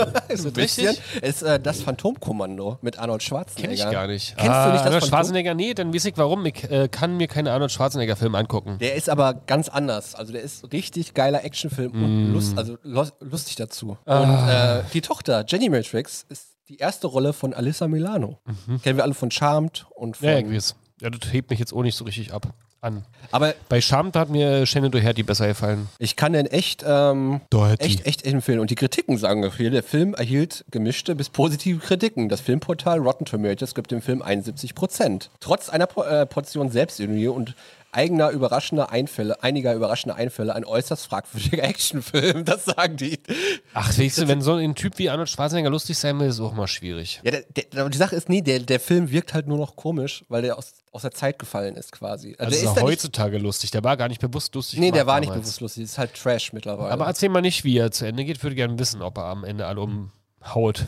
Speaker 1: Richtig?
Speaker 2: ein bisschen. Ist äh, das Phantomkommando mit Arnold Schwarzenegger.
Speaker 1: Kenn ich gar nicht.
Speaker 2: Kennst
Speaker 1: Ah,
Speaker 2: du nicht das
Speaker 1: Arnold
Speaker 2: Phantom-
Speaker 1: Schwarzenegger? Nee, dann weiß ich warum. Ich äh, kann mir keine Arnold Schwarzenegger-Filme angucken.
Speaker 2: Der ist aber ganz anders. Also der ist richtig geiler Actionfilm
Speaker 1: Mm.
Speaker 2: und lust, also los, lustig dazu.
Speaker 1: Ah.
Speaker 2: Und äh, die Tochter Jenny Matrix ist die erste Rolle von Alyssa Milano. Kennen wir alle von Charmed und von.
Speaker 1: Mhm. Ja, ich weiß. Ja, das hebt mich jetzt auch nicht so richtig ab. An.
Speaker 2: aber
Speaker 1: Bei Charmed hat mir äh, Shannon Doherty besser gefallen.
Speaker 2: ich kann den echt, ähm,
Speaker 1: Doherty.
Speaker 2: echt, echt empfehlen. Und die Kritiken sagen viel. Der Film erhielt gemischte bis positive Kritiken. Das Filmportal Rotten Tomatoes gibt dem Film 71 Prozent. Trotz einer po äh, Portion Selbstironie und eigener überraschender Einfälle, einiger überraschender Einfälle, ein äußerst fragwürdiger Actionfilm. Das sagen die.
Speaker 1: Ach, weißt du, wenn so ein Typ wie Arnold Schwarzenegger lustig sein will, ist auch mal schwierig.
Speaker 2: Ja, der, der, aber die Sache ist, nee, der, der Film wirkt halt nur noch komisch, weil der aus, aus der Zeit gefallen ist quasi. Also,
Speaker 1: Also
Speaker 2: der
Speaker 1: ist
Speaker 2: da
Speaker 1: er
Speaker 2: nicht,
Speaker 1: heutzutage lustig. Der war gar nicht bewusst lustig.
Speaker 2: nee,
Speaker 1: gemacht
Speaker 2: der war nicht
Speaker 1: damals.
Speaker 2: bewusst lustig, ist halt Trash mittlerweile.
Speaker 1: Aber erzähl mal nicht, wie er zu Ende geht. Ich würde gerne wissen, ob er am Ende alle umhaut.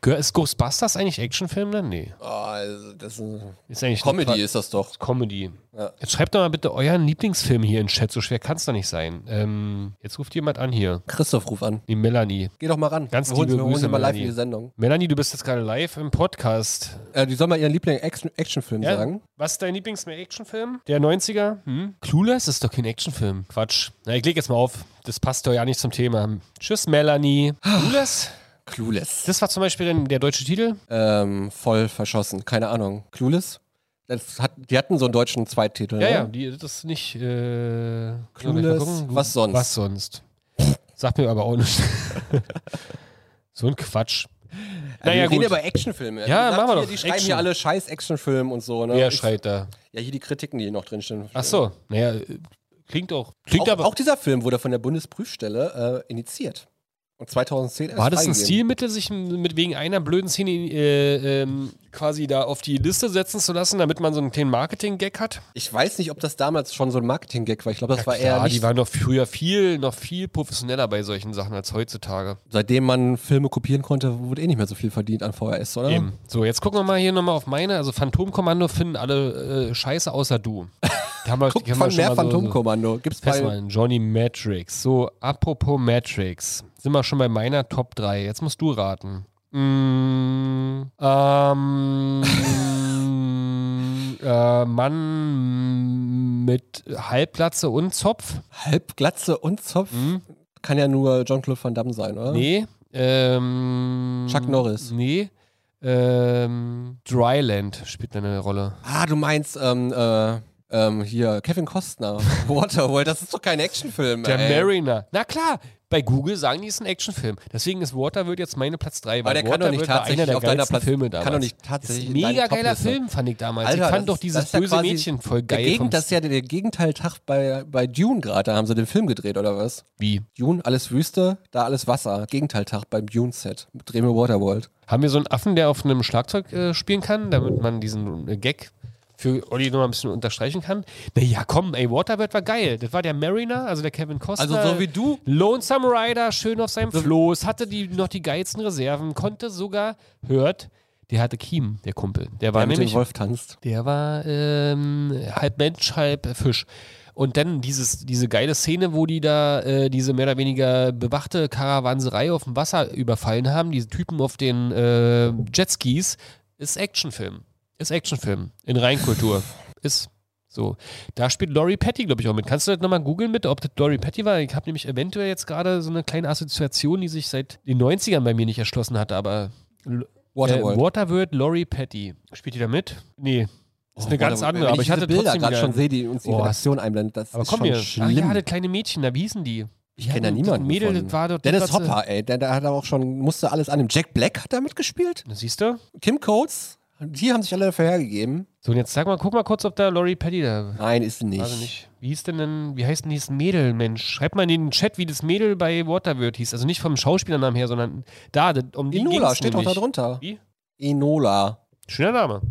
Speaker 1: Gehör- Ist Ghostbusters eigentlich Actionfilm dann? Nee.
Speaker 2: oh, also, das ist ein
Speaker 1: Ist eigentlich eine
Speaker 2: Comedy
Speaker 1: Qua-
Speaker 2: ist das doch.
Speaker 1: Comedy.
Speaker 2: Ja.
Speaker 1: Jetzt schreibt doch mal bitte euren Lieblingsfilm hier in den Chat. So schwer kann es doch nicht sein. Ähm, jetzt ruft jemand an hier.
Speaker 2: Christoph, ruf an.
Speaker 1: Die Melanie.
Speaker 2: Geh doch mal ran.
Speaker 1: Ganz
Speaker 2: wir holen,
Speaker 1: liebe
Speaker 2: wir holen
Speaker 1: Grüße,
Speaker 2: sie mal live
Speaker 1: Melanie.
Speaker 2: in die Sendung.
Speaker 1: Melanie, du bist jetzt gerade live im Podcast.
Speaker 2: Äh, die soll mal ihren Liebling-Actionfilm
Speaker 1: Ja?
Speaker 2: sagen.
Speaker 1: Was ist dein Lieblings-Actionfilm? Der 90er? Hm? Clueless ist doch kein Actionfilm. Quatsch. Na, ich leg jetzt mal auf. Das passt doch ja nicht zum Thema. Tschüss, Melanie. Clueless?
Speaker 2: Clueless.
Speaker 1: Das war zum Beispiel dann der deutsche Titel.
Speaker 2: Ähm, voll verschossen. Keine Ahnung. Clueless? Das hat, die hatten so einen deutschen Zweittitel.
Speaker 1: Ja,
Speaker 2: ne?
Speaker 1: ja, die, das ist nicht. Äh,
Speaker 2: Clueless,
Speaker 1: mal gucken.
Speaker 2: was sonst?
Speaker 1: Was sonst? Sagt mir aber auch nicht. so ein Quatsch. Naja,
Speaker 2: wir reden
Speaker 1: gut.
Speaker 2: über Actionfilme.
Speaker 1: Ja,
Speaker 2: Wie gesagt,
Speaker 1: machen wir
Speaker 2: hier,
Speaker 1: doch.
Speaker 2: Die schreiben
Speaker 1: Action.
Speaker 2: hier alle scheiß Actionfilme und so. Ne?
Speaker 1: Wer
Speaker 2: Ich-
Speaker 1: schreit da?
Speaker 2: Ja, hier die Kritiken, die noch drin stehen.
Speaker 1: Ach so, naja, äh, klingt auch. Klingt
Speaker 2: auch,
Speaker 1: aber.
Speaker 2: auch dieser Film wurde von der Bundesprüfstelle äh, initiiert. Und 2010 erst
Speaker 1: war das ein
Speaker 2: freigegeben.
Speaker 1: Stilmittel, sich m- mit wegen einer blöden Szene äh, ähm, quasi da auf die Liste setzen zu lassen, damit man so einen kleinen Marketing-Gag hat?
Speaker 2: Ich weiß nicht, ob das damals schon so ein Marketing-Gag war. Ich glaube, das war
Speaker 1: ja,
Speaker 2: eher nicht,
Speaker 1: die waren doch früher viel, noch viel professioneller bei solchen Sachen als heutzutage.
Speaker 2: seitdem man Filme kopieren konnte, wurde eh nicht mehr so viel verdient an VHS, oder?
Speaker 1: Eben. So, jetzt gucken wir mal hier nochmal auf meine. Also Phantomkommando finden alle äh, scheiße außer du. Die haben wir-
Speaker 2: Guck,
Speaker 1: die haben wir
Speaker 2: von
Speaker 1: schon
Speaker 2: mehr
Speaker 1: mal so-
Speaker 2: Phantomkommando. Gibt's
Speaker 1: So, fest
Speaker 2: bei,
Speaker 1: mal, Johnny Matrix. So, apropos Matrix. Sind wir schon bei meiner Top 3. Jetzt musst du raten. Mm, ähm, äh, Mann mit Halbplatze und Zopf?
Speaker 2: Halbglatze und Zopf. Kann ja nur Jean-Claude Van Damme sein, oder?
Speaker 1: Mhm. Nee. Ähm,
Speaker 2: Chuck Norris.
Speaker 1: Nee. Ähm, Dryland spielt eine Rolle.
Speaker 2: Ah, du meinst ähm, äh, ähm, hier Kevin Costner. Waterworld, das ist doch kein Actionfilm.
Speaker 1: Der
Speaker 2: ey.
Speaker 1: Mariner. Äh, Na klar, bei Google sagen die, es ist ein Actionfilm. Deswegen ist Waterworld jetzt meine Platz 3.
Speaker 2: Aber der kann doch nicht tatsächlich auf deiner Platz-
Speaker 1: Filme
Speaker 2: kann
Speaker 1: damals.
Speaker 2: doch nicht
Speaker 1: Das
Speaker 2: tatsächlich in
Speaker 1: ist ein mega
Speaker 2: deine
Speaker 1: geiler
Speaker 2: Topliste.
Speaker 1: Film, fand ich damals.
Speaker 2: Alter,
Speaker 1: ich
Speaker 2: das-
Speaker 1: fand doch dieses
Speaker 2: das ist ja
Speaker 1: böse
Speaker 2: quasi
Speaker 1: Mädchen voll
Speaker 2: Der
Speaker 1: geil. vom
Speaker 2: Gegend, das ist ja der, der Gegenteiltag bei, bei Dune gerade. Da haben sie den Film gedreht, oder was?
Speaker 1: Wie?
Speaker 2: Dune, alles Wüste, da alles Wasser. Gegenteiltag beim Dune-Set. Drehen wir Waterworld.
Speaker 1: Haben wir so einen Affen, der auf einem Schlagzeug äh, spielen kann, damit man diesen äh, Gag für Olli nochmal ein bisschen unterstreichen kann? Naja, komm, ey, Waterworld war geil. Das war der Mariner, also der Kevin Costner.
Speaker 2: Also so wie du.
Speaker 1: Lonesome Rider, schön auf seinem Floß, hatte die, noch die geilsten Reserven, konnte sogar, hört, der hatte Kiem, der Kumpel. Der war
Speaker 2: der mit dem
Speaker 1: nämlich,
Speaker 2: Wolf tanzt.
Speaker 1: der war ähm, halb Mensch, halb äh, Fisch. Und dann dieses, diese geile Szene, wo die da äh, diese mehr oder weniger bewachte Karawanserei auf dem Wasser überfallen haben, diese Typen auf den äh, Jetskis, ist Actionfilm. Ist Actionfilm. In Reinkultur. Ist so. Da spielt Laurie Petty, glaube ich, auch mit. Kannst du das nochmal googeln mit, ob das Laurie Petty war? Ich habe nämlich eventuell jetzt gerade so eine kleine Assoziation, die sich seit den 90ern bei mir nicht erschlossen hatte, aber
Speaker 2: Waterworld.
Speaker 1: äh, Waterworld, Laurie Petty. Spielt die da mit? Nee. ist eine ganz andere,
Speaker 2: Oh, Wenn
Speaker 1: aber
Speaker 2: ich
Speaker 1: ich hatte
Speaker 2: diese Bilder
Speaker 1: trotzdem
Speaker 2: gerade
Speaker 1: wieder-
Speaker 2: schon sehe, die uns die
Speaker 1: Boah,
Speaker 2: Redaktion einblendet. Das
Speaker 1: Aber
Speaker 2: ist
Speaker 1: komm
Speaker 2: schon
Speaker 1: hier.
Speaker 2: schlimm.
Speaker 1: Ach ja, das kleine Mädchen, da wie hießen die?
Speaker 2: ich kenne da
Speaker 1: das
Speaker 2: niemanden.
Speaker 1: Mädel,
Speaker 2: von.
Speaker 1: das war dort.
Speaker 2: Dennis
Speaker 1: das hatte-
Speaker 2: Hopper, ey, der, der hat auch schon, musste alles an dem Jack Black hat da mitgespielt.
Speaker 1: Na, Siehst du?
Speaker 2: Kim Coates, die haben sich alle dafür hergegeben.
Speaker 1: So, und jetzt sag mal, guck mal kurz, ob da Lori Petty da.
Speaker 2: Nein, ist nicht.
Speaker 1: Also nicht. Wie hieß denn denn, wie heißt denn dieses Mädel, Mensch? Schreibt mal in den Chat, wie das Mädel bei Waterworld hieß. Also nicht vom Schauspielernamen her, sondern da, das- um die
Speaker 2: Enola
Speaker 1: ging's
Speaker 2: steht auch da
Speaker 1: nämlich.
Speaker 2: drunter.
Speaker 1: Wie?
Speaker 2: Enola.
Speaker 1: Schöner Name.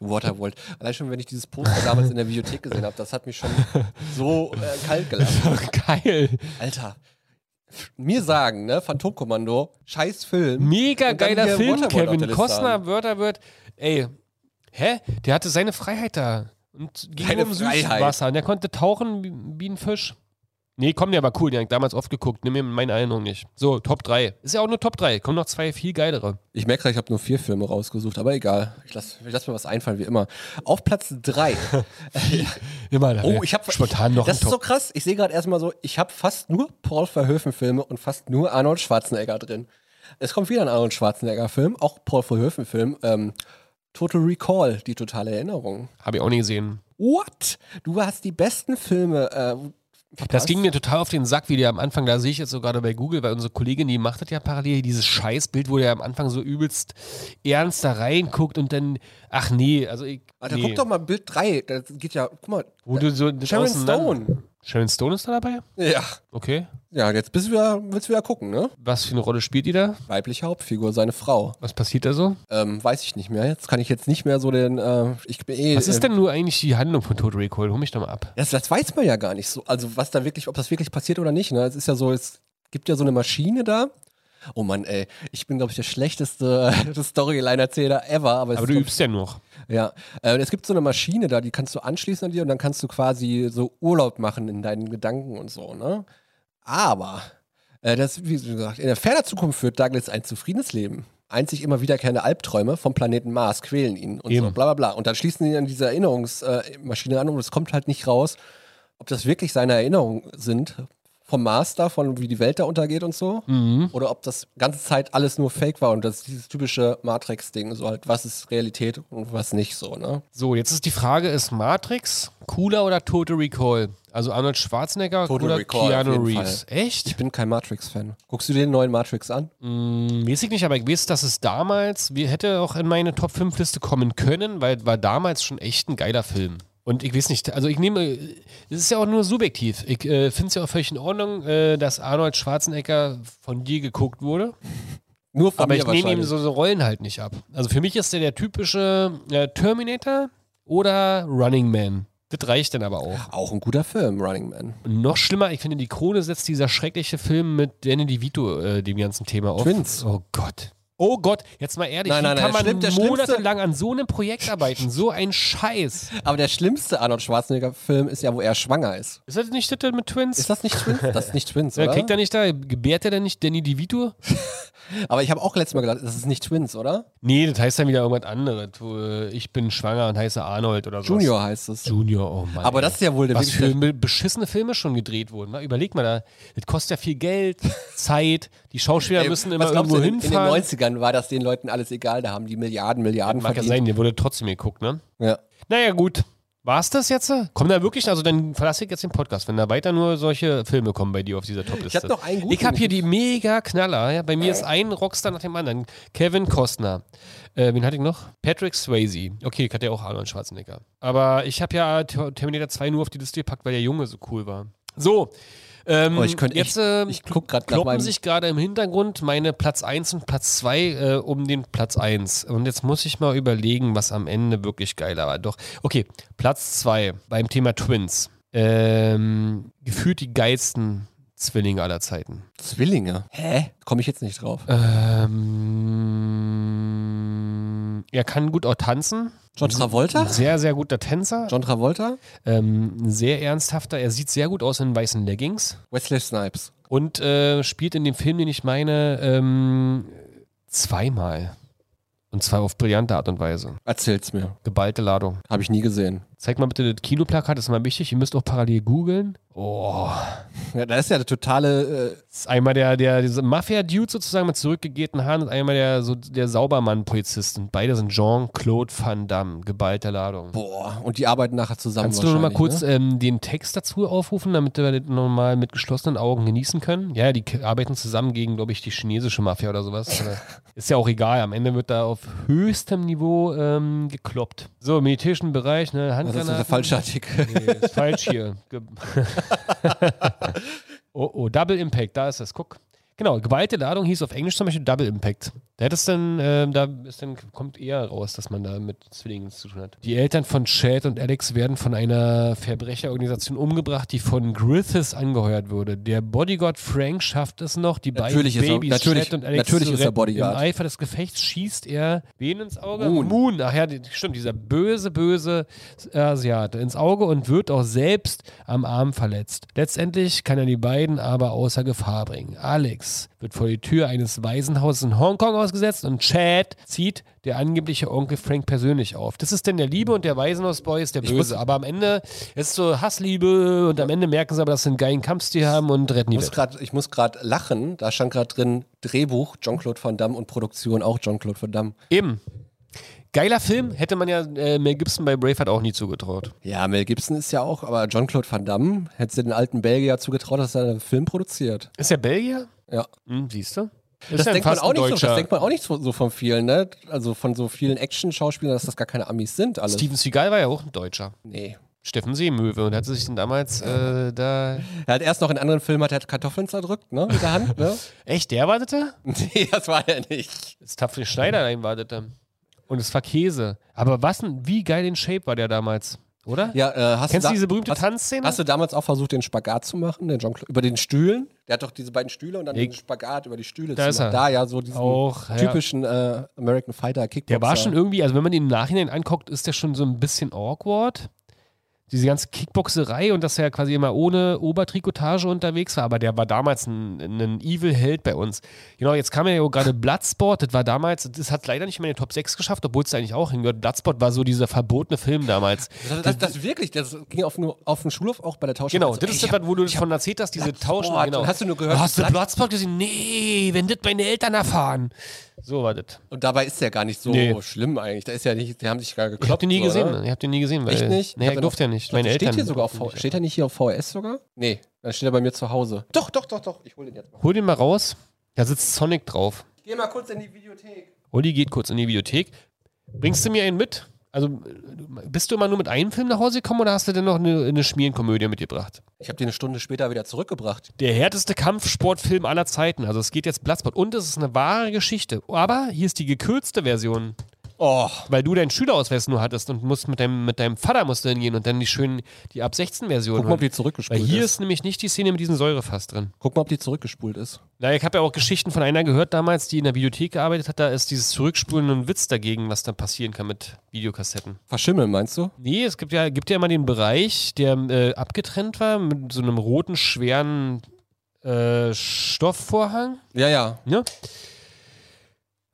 Speaker 2: Waterworld. Allein schon, wenn ich dieses Poster damals in der Bibliothek gesehen habe, das hat mich schon so äh, kalt gelassen.
Speaker 1: Geil.
Speaker 2: Alter, mir sagen, ne, Phantomkommando, scheiß Film.
Speaker 1: Mega
Speaker 2: Und dann
Speaker 1: geiler
Speaker 2: hier
Speaker 1: Film,
Speaker 2: Waterworld auf der
Speaker 1: Kevin
Speaker 2: Liste
Speaker 1: Costner,
Speaker 2: haben.
Speaker 1: Wörterwirt. Ey, hä? Der hatte seine Freiheit da. Und ging
Speaker 2: Keine
Speaker 1: nur um
Speaker 2: Freiheit.
Speaker 1: Süßwasser. Und der konnte tauchen wie, wie ein Fisch. Nee, komm, der war cool. Den hab ich damals oft geguckt. Nimm mir meine Erinnerung nicht. So, Top 3. Ist ja auch nur Top 3. Kommen noch zwei viel geilere.
Speaker 2: Ich merke, ich habe nur vier Filme rausgesucht, aber egal. Ich lasse ich lass mir was einfallen, wie immer. Auf Platz drei.
Speaker 1: Immer da.
Speaker 2: oh, ich habe
Speaker 1: spontan noch
Speaker 2: Das
Speaker 1: einen
Speaker 2: ist so
Speaker 1: Top.
Speaker 2: krass. Ich sehe gerade erstmal so, ich habe fast nur Paul Verhoeven-Filme und fast nur Arnold Schwarzenegger drin. Es kommt wieder ein Arnold Schwarzenegger-Film, auch Paul Verhoeven-Film. Ähm, Total Recall, die totale Erinnerung.
Speaker 1: Habe ich auch nie gesehen.
Speaker 2: What? Du hast die besten Filme. Äh,
Speaker 1: Das
Speaker 2: verpasst.
Speaker 1: ging mir total auf den Sack, wie der am Anfang, da sehe ich jetzt so gerade bei Google, weil unsere Kollegin, die macht das ja parallel, dieses Scheißbild, wo der am Anfang so übelst ernst da reinguckt und dann, ach nee, also ich,
Speaker 2: Alter,
Speaker 1: nee.
Speaker 2: guck doch mal Bild 3. Das geht ja, guck mal.
Speaker 1: Wo du so das
Speaker 2: Sharon
Speaker 1: auseinander-
Speaker 2: Stone.
Speaker 1: Sharon Stone ist da dabei?
Speaker 2: Ja.
Speaker 1: Okay.
Speaker 2: Ja, jetzt bist du wieder, willst du wieder gucken, ne?
Speaker 1: Was für eine Rolle spielt die da?
Speaker 2: Weibliche Hauptfigur, seine Frau.
Speaker 1: Was passiert da so?
Speaker 2: Ähm, weiß ich nicht mehr. Jetzt kann ich jetzt nicht mehr so den, äh, ich bin eh.
Speaker 1: Was ist
Speaker 2: äh,
Speaker 1: denn nur eigentlich die Handlung von Total Recall? Hol mich doch mal ab.
Speaker 2: Das, das weiß man ja gar nicht so. Also, was da wirklich, ob das wirklich passiert oder nicht, ne? Es ist ja so, es gibt ja so eine Maschine da. Oh Mann, ey, ich bin, glaube ich, der schlechteste äh, Storyline-Erzähler ever. Aber, es
Speaker 1: Aber du
Speaker 2: ist, glaub ich,
Speaker 1: übst ja noch.
Speaker 2: Ja, äh, es gibt so eine Maschine da, die kannst du anschließen an dir und dann kannst du quasi so Urlaub machen in deinen Gedanken und so, ne? Aber, äh, das, wie gesagt, in der ferner Zukunft führt Douglas ein zufriedenes Leben. Einzig immer wiederkehrende Albträume vom Planeten Mars quälen ihn und so,
Speaker 1: Eben.
Speaker 2: bla bla bla. Und dann schließen ihn an diese Erinnerungsmaschine äh, Maschine an und es kommt halt nicht raus, ob das wirklich seine Erinnerungen sind vom Mars da, von wie die Welt da untergeht und so.
Speaker 1: Mhm.
Speaker 2: Oder ob das ganze Zeit alles nur Fake war und das ist dieses typische Matrix-Ding, so halt, was ist Realität und was nicht so, ne?
Speaker 1: So, jetzt ist die Frage, ist Matrix cooler oder Total Recall? Also Arnold Schwarzenegger
Speaker 2: Total
Speaker 1: oder
Speaker 2: Recall auf
Speaker 1: Keanu
Speaker 2: jeden
Speaker 1: Reeves?
Speaker 2: Ich
Speaker 1: Echt?
Speaker 2: bin kein Matrix-Fan. Guckst du dir den neuen Matrix an?
Speaker 1: Hm, weiß ich nicht, aber ich weiß, dass es damals, wir hätte auch in meine Top 5 Liste kommen können, weil es war damals schon echt ein geiler Film. Und ich weiß nicht, also ich nehme, es ist ja auch nur subjektiv. Ich äh, finde es ja auch völlig in Ordnung, äh, dass Arnold Schwarzenegger von dir geguckt wurde.
Speaker 2: Nur von
Speaker 1: Aber
Speaker 2: mir
Speaker 1: ich nehme ihm
Speaker 2: wahrscheinlich.
Speaker 1: so, so Rollen halt nicht ab. Also für mich ist er der typische äh, Terminator oder Running Man. Das reicht dann aber auch.
Speaker 2: Auch ein guter Film, Running Man.
Speaker 1: Und noch schlimmer, ich finde, die Krone setzt dieser schreckliche Film mit Danny DeVito äh, dem ganzen Thema auf.
Speaker 2: Twins.
Speaker 1: Oh Gott. Oh Gott, jetzt mal ehrlich,
Speaker 2: Nein,
Speaker 1: wie
Speaker 2: nein,
Speaker 1: kann
Speaker 2: nein,
Speaker 1: man
Speaker 2: schlimm- der schlimmste-
Speaker 1: monatelang an so einem Projekt arbeiten? So ein Scheiß.
Speaker 2: Aber der schlimmste Arnold Schwarzenegger-Film ist ja, wo er schwanger ist.
Speaker 1: Ist das nicht das mit Twins?
Speaker 2: Ist das nicht Twins? Das ist nicht Twins,
Speaker 1: ja,
Speaker 2: oder?
Speaker 1: kriegt er nicht da, gebärt er denn nicht Danny DeVito?
Speaker 2: Aber ich habe auch letztes Mal gedacht, das ist nicht Twins, oder?
Speaker 1: Nee, das heißt dann wieder irgendwas anderes. Du, äh, Ich bin schwanger und heiße Arnold oder so.
Speaker 2: Junior heißt es.
Speaker 1: Junior, oh Mann.
Speaker 2: Aber
Speaker 1: ey.
Speaker 2: das ist ja wohl der
Speaker 1: Was
Speaker 2: wirklich-
Speaker 1: für be- beschissene Filme schon gedreht wurden. Ne? Überleg mal, da, das kostet ja viel Geld, Zeit. Die Schauspieler
Speaker 2: Ey,
Speaker 1: müssen
Speaker 2: was
Speaker 1: immer
Speaker 2: glaubst
Speaker 1: irgendwo
Speaker 2: du, in, in den
Speaker 1: hinfahren.
Speaker 2: 90ern war das den Leuten alles egal, da haben die Milliarden, Milliarden
Speaker 1: Mag ja
Speaker 2: verdient.
Speaker 1: sein, der wurde trotzdem geguckt, ne?
Speaker 2: Ja.
Speaker 1: Naja, gut. War's das jetzt? Kommen da wirklich, also dann verlasse ich jetzt den Podcast, wenn da weiter nur solche Filme kommen bei dir auf dieser Topliste.
Speaker 2: Ich hab noch einen guten.
Speaker 1: Ich habe hier die mega Knaller. Ja? Bei mir ist ein Rockstar nach dem anderen. Kevin Costner. Äh, wen hatte ich noch? Patrick Swayze. Okay, ich hatte ja auch Arnold Schwarzenegger. Aber ich habe ja Ter- Terminator 2 nur auf die Liste gepackt, weil der Junge so cool war. So. Ähm,
Speaker 2: Oh, ich könnte
Speaker 1: jetzt
Speaker 2: echt-
Speaker 1: äh,
Speaker 2: Ich guck gerade nach
Speaker 1: kloppen
Speaker 2: meinem
Speaker 1: sich gerade im Hintergrund meine Platz 1 und Platz 2 äh, um den Platz 1. Und jetzt muss ich mal überlegen, was am Ende wirklich geiler war. Doch, okay, Platz 2 beim Thema Twins. Ähm, gefühlt die geilsten Zwillinge aller Zeiten.
Speaker 2: Zwillinge. Hä? Komme ich jetzt nicht drauf.
Speaker 1: Äh, Ähm, er kann gut auch tanzen.
Speaker 2: John Travolta?
Speaker 1: Sehr, sehr guter Tänzer.
Speaker 2: John Travolta?
Speaker 1: Ähm, sehr ernsthafter. Er sieht sehr gut aus in weißen Leggings.
Speaker 2: Wesley Snipes.
Speaker 1: Und äh, spielt in dem Film, den ich meine, ähm, zweimal. Und zwar auf brillante Art und Weise.
Speaker 2: Erzähl's mir.
Speaker 1: Geballte Ladung.
Speaker 2: Habe ich nie gesehen.
Speaker 1: Zeig mal bitte das Kinoplakat, das ist mal wichtig. Ihr müsst auch parallel googeln. Oh.
Speaker 2: Ja, da ist ja der totale. Äh,
Speaker 1: Das ist einmal der, der diese Mafia-Dude sozusagen mit zurückgegelten Haaren und einmal der, so, der Saubermann-Polizist. Und beide sind Jean-Claude Van Damme. Geballte Ladung.
Speaker 2: boah, und die arbeiten nachher zusammen.
Speaker 1: Kannst du noch mal
Speaker 2: wahrscheinlich,
Speaker 1: kurz
Speaker 2: Ne?
Speaker 1: ähm, den Text dazu aufrufen, damit wir das nochmal mit geschlossenen Augen genießen können? Ja, die k- arbeiten zusammen gegen, glaube ich, die chinesische Mafia oder sowas. Oder- Ist ja auch egal. Am Ende wird da auf höchstem Niveau ähm, gekloppt. So, im militärischen Bereich, ne,
Speaker 2: Das ist der
Speaker 1: Handgranaten.
Speaker 2: falsche Artikel.
Speaker 1: Nee, ist falsch hier. Ge oh, oh, Double Impact, da ist das, guck. Genau, geballte Ladung hieß auf Englisch zum Beispiel Double Impact. Da hättest dann, ähm, da ist dann, kommt eher raus, dass man da mit Zwillingen zu tun hat. Die Eltern von Chad und Alex werden von einer Verbrecherorganisation umgebracht, die von Griffiths angeheuert wurde. Der Bodyguard Frank schafft es noch, die
Speaker 2: Natürlich ist
Speaker 1: beiden
Speaker 2: er-
Speaker 1: Babys
Speaker 2: natürlich-
Speaker 1: Chad und Alex
Speaker 2: natürlich
Speaker 1: zu
Speaker 2: ist er
Speaker 1: retten.
Speaker 2: Bodyguard.
Speaker 1: Im Eifer des Gefechts schießt er wen ins Auge?
Speaker 2: Moon.
Speaker 1: Moon. Ach ja, die, stimmt, dieser böse, böse Asiate ins Auge und wird auch selbst am Arm verletzt. Letztendlich kann er die beiden aber außer Gefahr bringen. Alex wird vor die Tür eines Waisenhauses in Hongkong ausgesetzt und Chad zieht der angebliche Onkel Frank persönlich auf. Das ist denn der Liebe und der Waisenhausboy ist der Böse. Aber am Ende es ist so Hassliebe und am Ende merken sie aber, dass sie einen geilen Kampfstil haben und retten die
Speaker 2: Ich muss
Speaker 1: Welt.
Speaker 2: grad, ich muss gerade lachen. Da stand gerade drin Drehbuch Jean-Claude Van Damme und Produktion auch Jean-Claude Van Damme.
Speaker 1: Eben. Geiler Film hätte man ja äh, Mel Gibson bei Braveheart auch nie zugetraut.
Speaker 2: Ja, Mel Gibson ist ja auch, aber Jean-Claude Van Damme hätte den alten Belgier zugetraut, dass er einen Film produziert.
Speaker 1: Ist der Belgier?
Speaker 2: Ja.
Speaker 1: Hm, siehst du?
Speaker 2: Das denkt, man auch nicht so, das
Speaker 1: Deutscher.
Speaker 2: denkt man auch nicht so, so von vielen, ne? Also von so vielen Action-Schauspielern, dass das gar keine Amis sind, alles.
Speaker 1: Steven Seagal war ja auch ein Deutscher.
Speaker 2: Nee.
Speaker 1: Steffen Seemöwe und hat sich dann damals äh, da.
Speaker 2: Er hat erst noch in anderen Filmen hat er Kartoffeln zerdrückt, ne? Mit der Hand, ne?
Speaker 1: Echt, der war das da?
Speaker 2: nee, das war er nicht.
Speaker 1: Das tapfere Schneiderlein war das da. Und es war Käse. Aber was ein, wie geil in Shape war der damals, oder?
Speaker 2: Ja, äh, hast
Speaker 1: Kennst du
Speaker 2: da-
Speaker 1: diese berühmte
Speaker 2: hast,
Speaker 1: Tanzszene?
Speaker 2: Hast du damals auch versucht, den Spagat zu machen, den Jean-Claude, über den Stühlen? Der hat doch diese beiden Stühle und dann
Speaker 1: Nee.
Speaker 2: den Spagat über die Stühle.
Speaker 1: Da
Speaker 2: zu
Speaker 1: ist
Speaker 2: machen.
Speaker 1: er.
Speaker 2: Da ja, so diesen
Speaker 1: Auch, ja.
Speaker 2: typischen äh, American Fighter Kickboxer.
Speaker 1: der war schon irgendwie, also wenn man ihn im Nachhinein anguckt, ist der schon so ein bisschen awkward. Diese ganze Kickboxerei und dass er quasi immer ohne Obertrikotage unterwegs war, aber der war damals ein, ein Evil-Held bei uns. Genau, jetzt kam ja auch gerade Bloodsport, das war damals, das hat leider nicht mehr in den Top 6 geschafft, obwohl es da eigentlich auch hingehört. Bloodsport war so dieser verbotene Film damals.
Speaker 2: Das, das, das wirklich, das ging auf, nur auf den Schulhof auch bei der Tausch.
Speaker 1: Genau,
Speaker 2: Also,
Speaker 1: das
Speaker 2: ey,
Speaker 1: ist
Speaker 2: ich
Speaker 1: das, wo du von erzählt hast, diese
Speaker 2: Bloodsport.
Speaker 1: Tauschen. Genau.
Speaker 2: Und hast du nur gehört,
Speaker 1: Hast du
Speaker 2: Blood-
Speaker 1: Bloodsport gesehen? Nee, wenn das meine Eltern erfahren. So war das.
Speaker 2: Und dabei ist der gar nicht so
Speaker 1: Nee.
Speaker 2: schlimm eigentlich. Da ist ja nicht, die haben sich gar gekloppt.
Speaker 1: Ich hab den nie
Speaker 2: so,
Speaker 1: gesehen.
Speaker 2: Oder?
Speaker 1: Ich hab den nie gesehen. Weil,
Speaker 2: Echt nicht?
Speaker 1: Nee,
Speaker 2: Hab
Speaker 1: ich
Speaker 2: den
Speaker 1: durfte
Speaker 2: auf-
Speaker 1: ja nicht.
Speaker 2: Doch,
Speaker 1: Meine
Speaker 2: steht
Speaker 1: Eltern.
Speaker 2: Hier sogar auf, V-
Speaker 1: durften nicht.
Speaker 2: steht er nicht hier auf VS sogar? Nee, dann steht er bei mir zu Hause. Doch, doch, doch, doch. Ich hol den jetzt mal.
Speaker 1: Hol den mal raus. Da sitzt Sonic drauf.
Speaker 2: Geh mal kurz in die Videothek.
Speaker 1: Olli geht kurz in die Bibliothek. Bringst du mir einen mit? Also bist du immer nur mit einem Film nach Hause gekommen oder hast du denn noch eine, eine Schmierenkomödie mitgebracht?
Speaker 2: Ich habe den eine Stunde später wieder zurückgebracht.
Speaker 1: Der härteste Kampfsportfilm aller Zeiten. Also es geht jetzt Bloodsport. Und es ist eine wahre Geschichte. Aber hier ist die gekürzte Version.
Speaker 2: Oh,
Speaker 1: weil du deinen Schülerausweis nur hattest und musst mit deinem, mit deinem Vater musst du hingehen und dann die schönen, die ab 16 Version.
Speaker 2: guck mal, ob
Speaker 1: holen.
Speaker 2: die
Speaker 1: weil
Speaker 2: zurückgespult
Speaker 1: hier
Speaker 2: ist.
Speaker 1: ist nämlich nicht die Szene mit diesem Säurefass drin.
Speaker 2: Guck mal, ob die zurückgespult ist.
Speaker 1: Na, ich habe ja auch Geschichten von einer gehört damals, die in der Bibliothek gearbeitet hat. Da ist dieses Zurückspulen ein Witz dagegen, was da passieren kann mit Videokassetten.
Speaker 2: Verschimmeln, meinst du?
Speaker 1: Nee, es gibt ja, gibt ja immer den Bereich, der äh, abgetrennt war mit so einem roten, schweren äh, Stoffvorhang.
Speaker 2: Ja, ja.
Speaker 1: Ne?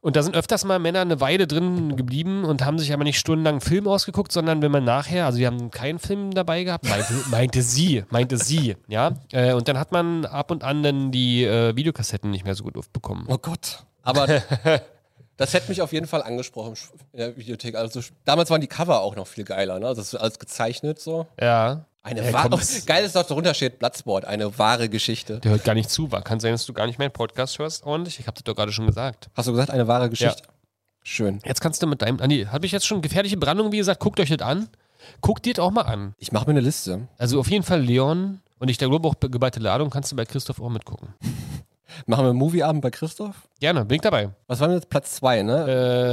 Speaker 1: Und da sind öfters mal Männer eine Weile drin geblieben und haben sich aber nicht stundenlang einen Film ausgeguckt, sondern wenn man nachher, also wir haben keinen Film dabei gehabt, meinte, meinte sie, meinte sie, ja. Äh, und dann hat man ab und an dann die äh, Videokassetten nicht mehr so gut aufbekommen.
Speaker 2: Oh Gott. Aber das hätte mich auf jeden Fall angesprochen in der Videothek. Also damals waren die Cover auch noch viel geiler, ne? Also das ist alles gezeichnet so.
Speaker 1: Ja.
Speaker 2: Eine
Speaker 1: Ja,
Speaker 2: wahre.
Speaker 1: komm,
Speaker 2: Oh, geil ist doch darunter steht Bloodsport, eine wahre Geschichte.
Speaker 1: Der hört gar nicht zu, war. Kann sein, dass du gar nicht meinen Podcast hörst ordentlich. Ich habe das doch gerade schon gesagt.
Speaker 2: Hast du gesagt, eine wahre Geschichte? Schön.
Speaker 1: Jetzt kannst du mit deinem. Ah, nee, habe ich jetzt schon gefährliche Brandung, wie gesagt, guckt euch das an. Guckt dir das auch mal an.
Speaker 2: Ich mache mir eine Liste.
Speaker 1: Also auf jeden Fall Leon und ich glaube auch geballte Ladung kannst du bei Christoph auch mitgucken.
Speaker 2: Machen wir einen Movieabend bei Christoph?
Speaker 1: Gerne, bin ich dabei.
Speaker 2: Was war denn jetzt Platz 2, ne?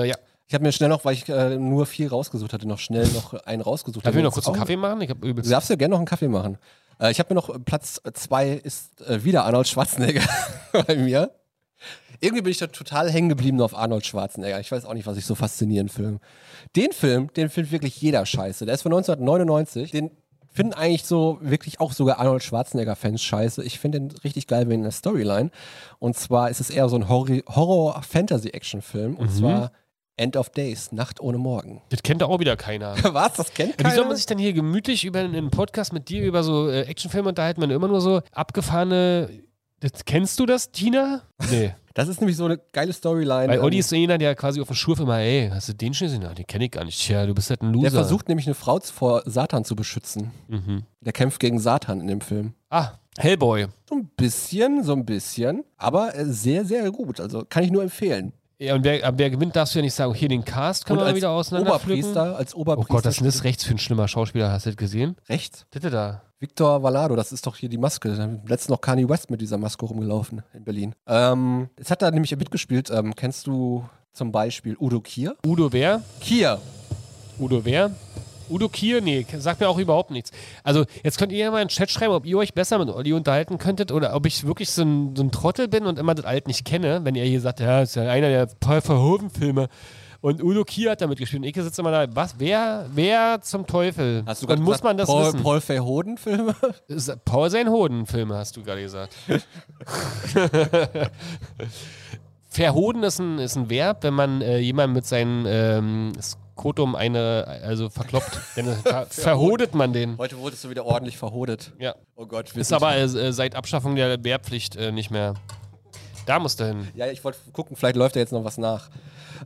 Speaker 1: Äh, ja.
Speaker 2: Ich habe mir schnell noch, weil ich äh, nur viel rausgesucht hatte, noch schnell noch einen rausgesucht.
Speaker 1: Darf ich
Speaker 2: Den
Speaker 1: noch
Speaker 2: jetzt
Speaker 1: kurz einen
Speaker 2: auch-
Speaker 1: Kaffee machen? Ich habe
Speaker 2: Du
Speaker 1: übelst.
Speaker 2: darfst ja gerne noch einen Kaffee machen. Äh, ich habe mir noch äh, Platz 2 ist äh, wieder Arnold Schwarzenegger bei mir. Irgendwie bin ich da total hängen geblieben auf Arnold Schwarzenegger. Ich weiß auch nicht, was ich so faszinierend Film. Den Film, den findet wirklich jeder scheiße. Der ist von 1999. Den finden eigentlich so wirklich auch sogar Arnold Schwarzenegger-Fans scheiße. Ich finde den richtig geil wegen der
Speaker 1: Mhm.
Speaker 2: Storyline. Und zwar ist es eher so ein Horri- Horror-Fantasy-Action-Film. Und zwar End of Days, Nacht ohne Morgen.
Speaker 1: Das kennt doch auch wieder keiner.
Speaker 2: Was? Das kennt
Speaker 1: Wie
Speaker 2: keiner?
Speaker 1: soll man sich denn hier gemütlich über einen Podcast mit dir über so äh, Actionfilme unterhalten, wenn du immer nur so abgefahrene. Das, kennst du das, Tina? Nee.
Speaker 2: das ist nämlich so eine geile Storyline.
Speaker 1: Weil
Speaker 2: Ähm,
Speaker 1: Olli ist so jener, der quasi auf dem Schurf immer, ey, hast du den schon gesehen? Ah, den kenne ich gar nicht. Tja, du bist halt ein Loser.
Speaker 2: der versucht nämlich eine Frau vor Satan zu beschützen.
Speaker 1: Mhm.
Speaker 2: Der kämpft gegen Satan in dem Film.
Speaker 1: Ah, Hellboy.
Speaker 2: So ein bisschen, so ein bisschen, aber äh, sehr, sehr gut. Also kann ich nur empfehlen.
Speaker 1: Ja, und wer, aber wer gewinnt, darfst du ja nicht sagen. Hier, den Cast können
Speaker 2: Und
Speaker 1: wir
Speaker 2: als
Speaker 1: wieder auseinanderpflücken.
Speaker 2: Oberpriester, als
Speaker 1: Oh
Speaker 2: Oberpriester.
Speaker 1: Gott, was ist denn das rechts für ein schlimmer Schauspieler? Hast du das gesehen?
Speaker 2: rechts.
Speaker 1: Das ist da.
Speaker 2: Victor Valado, das ist doch hier die Maske. Da hat Letztens noch Kanye West mit dieser Maske rumgelaufen in Berlin. Ähm, jetzt hat er nämlich mitgespielt. Ähm, kennst du zum Beispiel Udo Kier?
Speaker 1: Udo Wer?
Speaker 2: Kier.
Speaker 1: Udo Wer? Udo Kier? Nee, sagt mir auch überhaupt nichts. Also, jetzt könnt ihr ja mal in den Chat schreiben, ob ihr euch besser mit Olli unterhalten könntet oder ob ich wirklich so ein, so ein Trottel bin und immer das Alt nicht kenne, wenn ihr hier sagt, ja, ist ja einer der Paul Verhoeven-Filme. Und Udo Kier hat damit gespielt. Und ich sitze immer da, was, wer, wer zum Teufel? und
Speaker 2: grad
Speaker 1: muss
Speaker 2: gesagt,
Speaker 1: man das
Speaker 2: Paul,
Speaker 1: wissen?
Speaker 2: Paul Verhoeven-Filme?
Speaker 1: Ist- Paul sein Hoden-Filme, hast du gerade gesagt. Verhoden ist ein, ist ein Verb, wenn man äh, jemanden mit seinem ähm, Skotum eine, also verkloppt. Dann ver verhodet man den.
Speaker 2: Heute wurdest du wieder ordentlich verhodet.
Speaker 1: Ja.
Speaker 2: Oh Gott. wir
Speaker 1: Ist
Speaker 2: sind-
Speaker 1: aber äh, seit Abschaffung der Wehrpflicht äh, nicht mehr. Da musst du hin.
Speaker 2: Ja, ich wollte gucken, vielleicht läuft da jetzt noch was nach.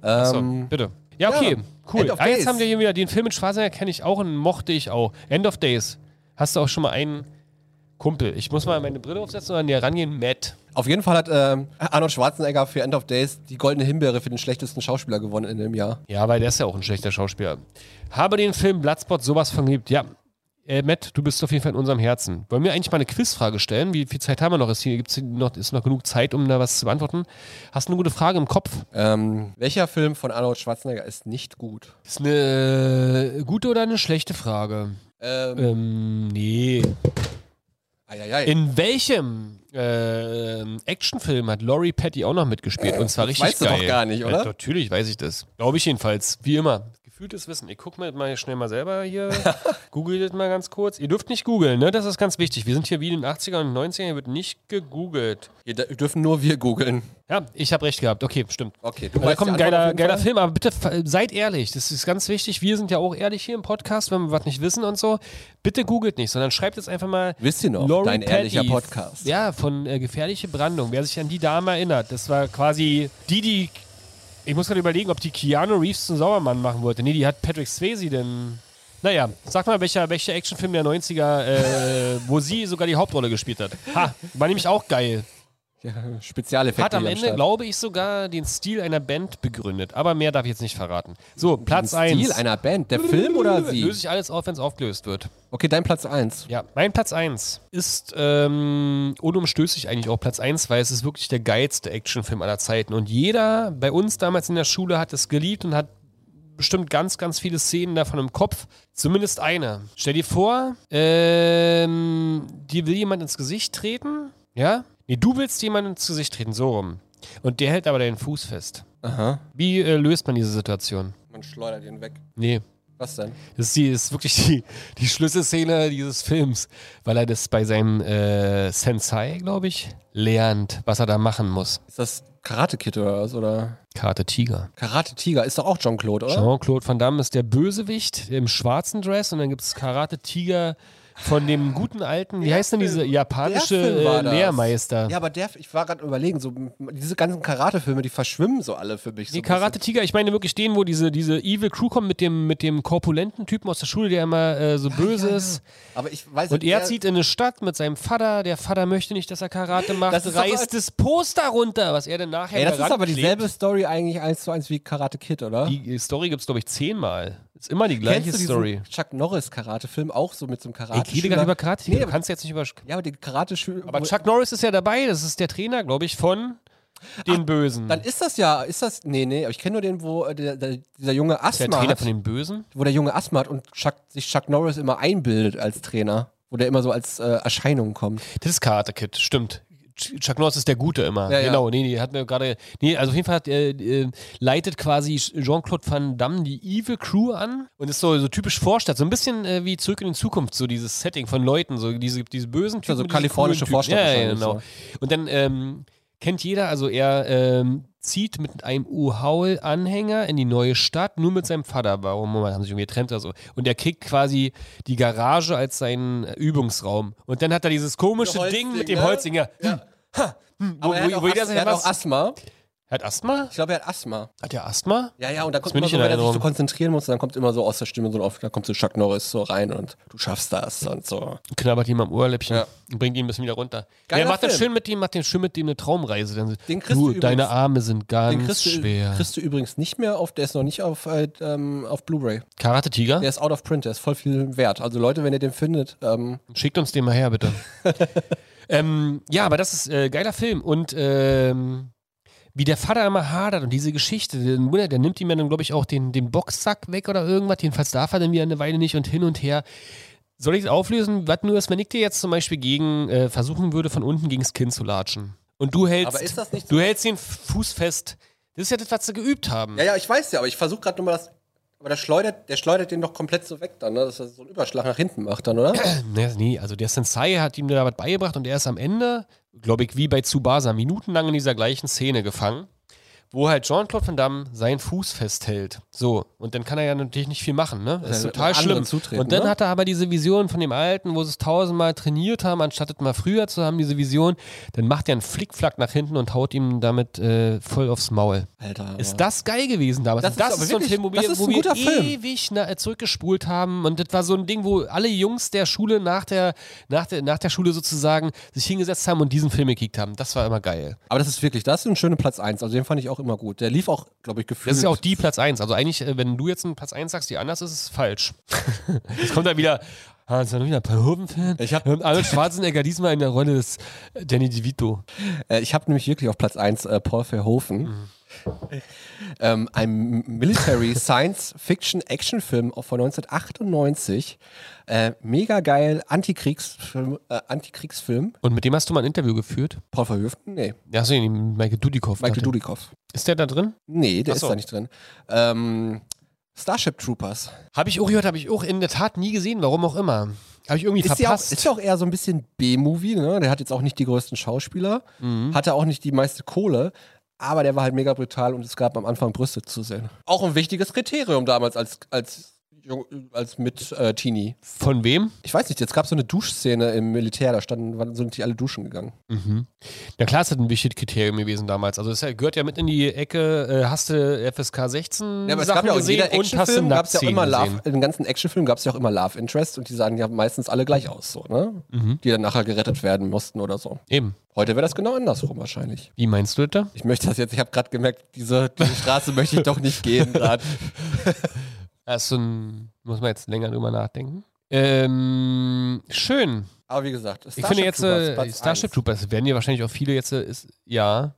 Speaker 1: Achso,
Speaker 2: Ähm,
Speaker 1: bitte. Ja,
Speaker 2: ja.
Speaker 1: okay, cool.
Speaker 2: End of
Speaker 1: Ah, jetzt
Speaker 2: Days.
Speaker 1: haben wir hier wieder den Film mit Schwarzenegger, kenne ich auch und mochte ich auch. End of Days. Hast du auch schon mal einen Kumpel? Ich muss mal meine Brille aufsetzen und an dir rangehen. Matt.
Speaker 2: auf jeden Fall hat ähm, Arnold Schwarzenegger für End of Days die Goldene Himbeere für den schlechtesten Schauspieler gewonnen in dem Jahr.
Speaker 1: Ja, weil der ist ja auch ein schlechter Schauspieler. Habe den Film Bloodspot sowas von geliebt. Ja. Äh, Matt, du bist auf jeden Fall in unserem Herzen. Wollen wir eigentlich mal eine Quizfrage stellen? Wie viel Zeit haben wir noch? Ist, hier, gibt's hier noch, ist noch genug Zeit, um da was zu beantworten? Hast du eine gute Frage im Kopf?
Speaker 2: Ähm, welcher Film von Arnold Schwarzenegger ist nicht gut?
Speaker 1: Ist eine äh, gute oder eine schlechte Frage?
Speaker 2: Ähm,
Speaker 1: Ähm, nee.
Speaker 2: eieiei.
Speaker 1: In welchem ähm, Actionfilm hat Laurie Petty auch noch mitgespielt? Und zwar richtig
Speaker 2: weißt du
Speaker 1: geil.
Speaker 2: doch gar nicht, oder?
Speaker 1: Ja, natürlich weiß ich das. Glaube ich jedenfalls. Wie immer. Gefühltes Wissen. Ich guck mir das mal hier schnell mal selber hier. Googelt das mal ganz kurz. Ihr dürft nicht googeln, ne? Das ist ganz wichtig. Wir sind hier wie in den 80ern und 90ern. Hier wird nicht gegoogelt.
Speaker 2: Hier dür- dürfen nur wir googeln.
Speaker 1: Ja, ich habe recht gehabt. Okay, stimmt.
Speaker 2: Okay, du
Speaker 1: Da
Speaker 2: weißt
Speaker 1: kommt ein
Speaker 2: die Antwort auf
Speaker 1: geiler,
Speaker 2: jeden
Speaker 1: geiler
Speaker 2: Fall?
Speaker 1: Film, aber bitte f- seid ehrlich. Das ist ganz wichtig. Wir sind ja auch ehrlich hier im Podcast, wenn wir was nicht wissen und so. Bitte googelt nicht, sondern schreibt jetzt einfach mal.
Speaker 2: Wisst ihr noch,
Speaker 1: Laurie
Speaker 2: dein ehrlicher
Speaker 1: Petty,
Speaker 2: Podcast.
Speaker 1: Ja, von äh, Gefährliche Brandung. Wer sich an die Dame erinnert, das war quasi die, die. Ich muss gerade überlegen, ob die Keanu Reeves zum Sauermann machen wollte. Nee, die hat Patrick Swayze denn. Naja, sag mal, welcher, welcher Actionfilm der 90er, äh, wo sie sogar die Hauptrolle gespielt hat. Ha, war nämlich auch geil.
Speaker 2: Ja, Spezialeffekte.
Speaker 1: Hat am
Speaker 2: hier
Speaker 1: Ende,
Speaker 2: Start.
Speaker 1: glaube ich, sogar den Stil einer Band begründet. Aber mehr darf ich jetzt nicht verraten. So, Platz
Speaker 2: Ein
Speaker 1: 1.
Speaker 2: Stil einer Band. Der Film oder sie?
Speaker 1: Löse ich alles auf, wenn es aufgelöst wird.
Speaker 2: Okay, dein Platz 1.
Speaker 1: Ja, mein Platz 1 ist ähm, unumstößlich eigentlich auch Platz 1, weil es ist wirklich der geilste Actionfilm aller Zeiten. Und jeder bei uns damals in der Schule hat es geliebt und hat bestimmt ganz, ganz viele Szenen davon im Kopf. Zumindest eine. Stell dir vor, ähm, dir will jemand ins Gesicht treten. Ja? Nee, du willst jemandem ins Gesicht treten, so rum. Und der hält aber deinen Fuß fest.
Speaker 2: Aha.
Speaker 1: Wie äh, löst man diese Situation?
Speaker 2: Man schleudert ihn weg.
Speaker 1: Nee.
Speaker 2: Was denn?
Speaker 1: Das ist, die, das ist wirklich die, die Schlüsselszene dieses Films, weil er das bei seinem äh, Sensei, glaube ich, lernt, was er da machen muss.
Speaker 2: Ist das Karate Kid oder was? Oder
Speaker 1: Karte Tiger.
Speaker 2: Karate Tiger ist doch auch John Claude, oder?
Speaker 1: Jean-Claude Van Damme ist der Bösewicht im schwarzen Dress und dann gibt es Karate Tiger von dem guten alten, wie heißt denn diese japanische
Speaker 2: Der Film war
Speaker 1: äh,
Speaker 2: das.
Speaker 1: Lehrmeister?
Speaker 2: Ja, aber der, ich war gerade überlegen, so diese ganzen Karate-Filme, die verschwimmen so alle für mich. So
Speaker 1: Die
Speaker 2: ein
Speaker 1: Karate
Speaker 2: bisschen.
Speaker 1: Tiger, ich meine wirklich den, wo diese, diese Evil Crew kommt mit dem, mit dem korpulenten Typen aus der Schule, der immer äh,
Speaker 2: Ah,
Speaker 1: so böse ist.
Speaker 2: Aber ich weiß
Speaker 1: Und
Speaker 2: nicht,
Speaker 1: er
Speaker 2: der-
Speaker 1: zieht in eine Stadt mit seinem Vater. Der Vater möchte nicht, dass er Karate macht.
Speaker 2: Das ist doch
Speaker 1: reißt
Speaker 2: als-
Speaker 1: das Poster runter, was er dann nachher
Speaker 2: Ey, das
Speaker 1: daran
Speaker 2: ist aber
Speaker 1: klebt.
Speaker 2: dieselbe Story eigentlich eins zu eins wie Karate Kid, oder?
Speaker 1: Die Story gibt es, glaube ich, zehnmal. Ist immer die gleiche
Speaker 2: Kennst du
Speaker 1: Story.
Speaker 2: diesen Chuck Norris Karate-Film auch so mit so einem Karate?
Speaker 1: Ich rede gerade über Karate.
Speaker 2: Nee,
Speaker 1: du
Speaker 2: aber,
Speaker 1: kannst jetzt nicht über.
Speaker 2: ja, aber die Karate
Speaker 1: Aber Chuck Norris ist ja dabei. Das ist der Trainer, glaube ich, von den Bösen.
Speaker 2: Dann ist das ja, ist das, nee, nee, aber ich kenne nur den, wo äh, der, der, dieser junge
Speaker 1: der
Speaker 2: Asthma
Speaker 1: Trainer
Speaker 2: hat,
Speaker 1: von den Bösen.
Speaker 2: wo der junge Asthma hat und Chuck, sich Chuck Norris immer einbildet als Trainer, wo der immer so als äh, Erscheinung kommt.
Speaker 1: Das ist Karate Kid, stimmt. Ch- Chuck Norris ist der Gute immer.
Speaker 2: Ja, ja.
Speaker 1: genau, nee, nee, hat mir gerade. Nee, also auf jeden Fall hat, äh, äh, leitet quasi Jean-Claude Van Damme die Evil Crew an und ist so, so typisch Vorstadt. So ein bisschen äh, wie zurück in die Zukunft, so dieses Setting von Leuten, so diese, diese bösen Typen. genau.
Speaker 2: so
Speaker 1: und diese
Speaker 2: Also kalifornische
Speaker 1: coolen Typen.
Speaker 2: Vorstadt
Speaker 1: Ja, ja,
Speaker 2: wahrscheinlich,
Speaker 1: genau. Und dann ähm, kennt jeder, also er ähm, zieht mit einem U-Haul-Anhänger in die neue Stadt, nur mit seinem Vater. Warum Moment, haben sie sich irgendwie getrennt oder so? Und er kriegt quasi die Garage als seinen äh, Übungsraum. Und dann hat er dieses komische
Speaker 2: Der
Speaker 1: Ding mit
Speaker 2: Holzding,
Speaker 1: dem
Speaker 2: ne?
Speaker 1: Holzding. Ja.
Speaker 2: Ja.
Speaker 1: Hm, ha, hm. Wo,
Speaker 2: Aber er hat,
Speaker 1: wo,
Speaker 2: auch,
Speaker 1: wo jeder sagt,
Speaker 2: Asthma, er hat auch
Speaker 1: was?
Speaker 2: Asthma.
Speaker 1: Er hat Asthma?
Speaker 2: Ich glaube, er hat Asthma.
Speaker 1: Hat er Asthma?
Speaker 2: Ja, ja, und da
Speaker 1: Das
Speaker 2: kommt
Speaker 1: bin
Speaker 2: immer
Speaker 1: ich
Speaker 2: so,
Speaker 1: in
Speaker 2: wenn er sich
Speaker 1: Erinnerung.
Speaker 2: so konzentrieren muss, dann kommt immer so aus der Stimme so ein Aufschlag, kommt so Chuck Norris so rein und du schaffst das und so.
Speaker 1: Knabbert ihm am Ohrläppchen
Speaker 2: Ja.
Speaker 1: und bringt ihn ein bisschen wieder runter.
Speaker 2: Geiler
Speaker 1: er macht das
Speaker 2: Film.
Speaker 1: schön mit ihm, macht den schön mit ihm eine Traumreise. Dann so,
Speaker 2: Den kriegst
Speaker 1: du,
Speaker 2: du
Speaker 1: deine
Speaker 2: übrigens-
Speaker 1: Arme sind
Speaker 2: Den
Speaker 1: ganz
Speaker 2: kriegst du,
Speaker 1: schwer.
Speaker 2: kriegst du übrigens nicht mehr auf, der ist noch nicht auf, äh, ähm, auf Blu-ray.
Speaker 1: Karate-Tiger?
Speaker 2: Der ist out of print, der ist voll viel wert. Also Leute, wenn ihr den findet, ähm,
Speaker 1: Schickt uns den mal her, bitte. ähm, ja, aber das ist äh, geiler Film. Und ähm, wie der Vater immer hadert und diese Geschichte, der, Mutter, der nimmt ihm ja dann, glaube ich, auch den, den Boxsack weg oder irgendwas. Jedenfalls darf er dann wieder eine Weile nicht und hin und her. Soll ich es auflösen? Was nur ist, wenn ich dir jetzt zum Beispiel gegen, äh, versuchen würde, von unten gegens Kinn zu latschen. Und du hältst,
Speaker 2: Aber ist das nicht so-
Speaker 1: du hältst den Fuß fest. Das ist ja das, was sie geübt haben.
Speaker 2: ja, ja, ich weiß ja, aber ich versuche gerade nur mal das, aber der schleudert, der schleudert den doch komplett so weg dann, ne? dass er so einen Überschlag nach hinten macht dann, oder?
Speaker 1: Ne, nee, also der Sensei hat ihm da was beigebracht und er ist am Ende, glaube ich, wie bei Tsubasa, minutenlang in dieser gleichen Szene gefangen, wo halt Jean-Claude Van Damme seinen Fuß festhält. So, und dann kann er ja natürlich nicht viel machen, ne? Das ist
Speaker 2: Ja,
Speaker 1: total
Speaker 2: mit Also anderen
Speaker 1: schlimm.
Speaker 2: zutreten,
Speaker 1: und dann
Speaker 2: ne?
Speaker 1: hat er aber diese Vision von dem Alten, wo sie es tausendmal trainiert haben, anstatt es mal früher zu haben, diese Vision, dann macht er einen Flickflack nach hinten und haut ihm damit äh, voll aufs Maul.
Speaker 2: Alter.
Speaker 1: Ist das geil gewesen damals?
Speaker 2: Das
Speaker 1: Und
Speaker 2: ist aber
Speaker 1: so ein
Speaker 2: wirklich-
Speaker 1: Film, wo wir,
Speaker 2: das ist
Speaker 1: wo
Speaker 2: ein
Speaker 1: wir
Speaker 2: guter Film.
Speaker 1: ewig na, äh, zurückgespult haben. Und das war so ein Ding, wo alle Jungs der Schule nach der, nach der, nach der Schule sozusagen sich hingesetzt haben und diesen Film gekickt haben. Das war immer geil.
Speaker 2: Aber das ist wirklich, das ist ein schöner Platz 1. Also den fand ich auch immer gut. Der lief auch, glaube ich, gefühlt.
Speaker 1: Das ist ja auch die Platz 1. Also eigentlich, äh, wenn du jetzt einen Platz 1 sagst, die anders ist, ist es falsch. Jetzt kommt da wieder. Ah, jetzt sind wir wieder ein paar Hoven-Fan.
Speaker 2: Ich hab-
Speaker 1: Arnold Schwarzenegger diesmal in der Rolle des äh, Danny DeVito.
Speaker 2: Äh, ich habe nämlich wirklich auf Platz 1 äh, Paul Verhoeven.
Speaker 1: Mhm.
Speaker 2: Ähm, ein Military Science Fiction Action Film von 1998. Äh, mega geil, Antikriegsfilm, äh, Antikriegsfilm.
Speaker 1: Und mit dem hast du mal ein Interview geführt?
Speaker 2: Paul Verhoeven? Nee,
Speaker 1: Ja, so Michael Dudikoff.
Speaker 2: Michael
Speaker 1: dachte-
Speaker 2: Dudikoff.
Speaker 1: Ist der da drin?
Speaker 2: Nee, der
Speaker 1: Ach so.
Speaker 2: ist da nicht drin. Ähm, Starship Troopers.
Speaker 1: Habe ich auch gehört, habe ich auch in der Tat nie gesehen, warum auch immer. Habe ich irgendwie
Speaker 2: Ist ja, auch,
Speaker 1: verpasst.
Speaker 2: ist ja auch eher so ein bisschen B-Movie, ne? Der hat jetzt auch nicht die größten Schauspieler, hatte auch nicht die meiste Kohle, aber der war halt mega brutal und es gab am Anfang Brüste zu sehen. Auch ein wichtiges Kriterium damals als, als, Jung- als mit äh, Teenie.
Speaker 1: Von wem?
Speaker 2: Ich weiß nicht, jetzt gab es so eine Duschszene im Militär, da standen, waren, sind die alle duschen gegangen.
Speaker 1: Mhm. Na klar, ist das ein wichtiges Kriterium gewesen damals. Also es gehört ja mit in die Ecke, äh, hast du FSK 16
Speaker 2: Ja, aber es
Speaker 1: Sachen
Speaker 2: gab ja auch in
Speaker 1: gesehen
Speaker 2: jeder
Speaker 1: und hast du
Speaker 2: Actionfilm gab es ja auch
Speaker 1: Nacktszenen
Speaker 2: immer
Speaker 1: gesehen.
Speaker 2: Love, in den ganzen Actionfilmen gab es ja auch immer Love Interest und die sahen ja meistens alle gleich aus, so, ne? Die dann nachher gerettet werden mussten oder so.
Speaker 1: Eben.
Speaker 2: Heute wäre das genau andersrum wahrscheinlich.
Speaker 1: Wie meinst du das da?
Speaker 2: Ich möchte das jetzt, ich habe gerade gemerkt, diese, diese Straße möchte ich doch nicht gehen. grad.
Speaker 1: Das ist so ein, muss man jetzt länger drüber nachdenken. Ähm, schön.
Speaker 2: Aber wie gesagt,
Speaker 1: Ich finde jetzt äh,
Speaker 2: Platz
Speaker 1: Starship
Speaker 2: eins.
Speaker 1: Troopers werden ja wahrscheinlich auch viele jetzt äh, ist, ja,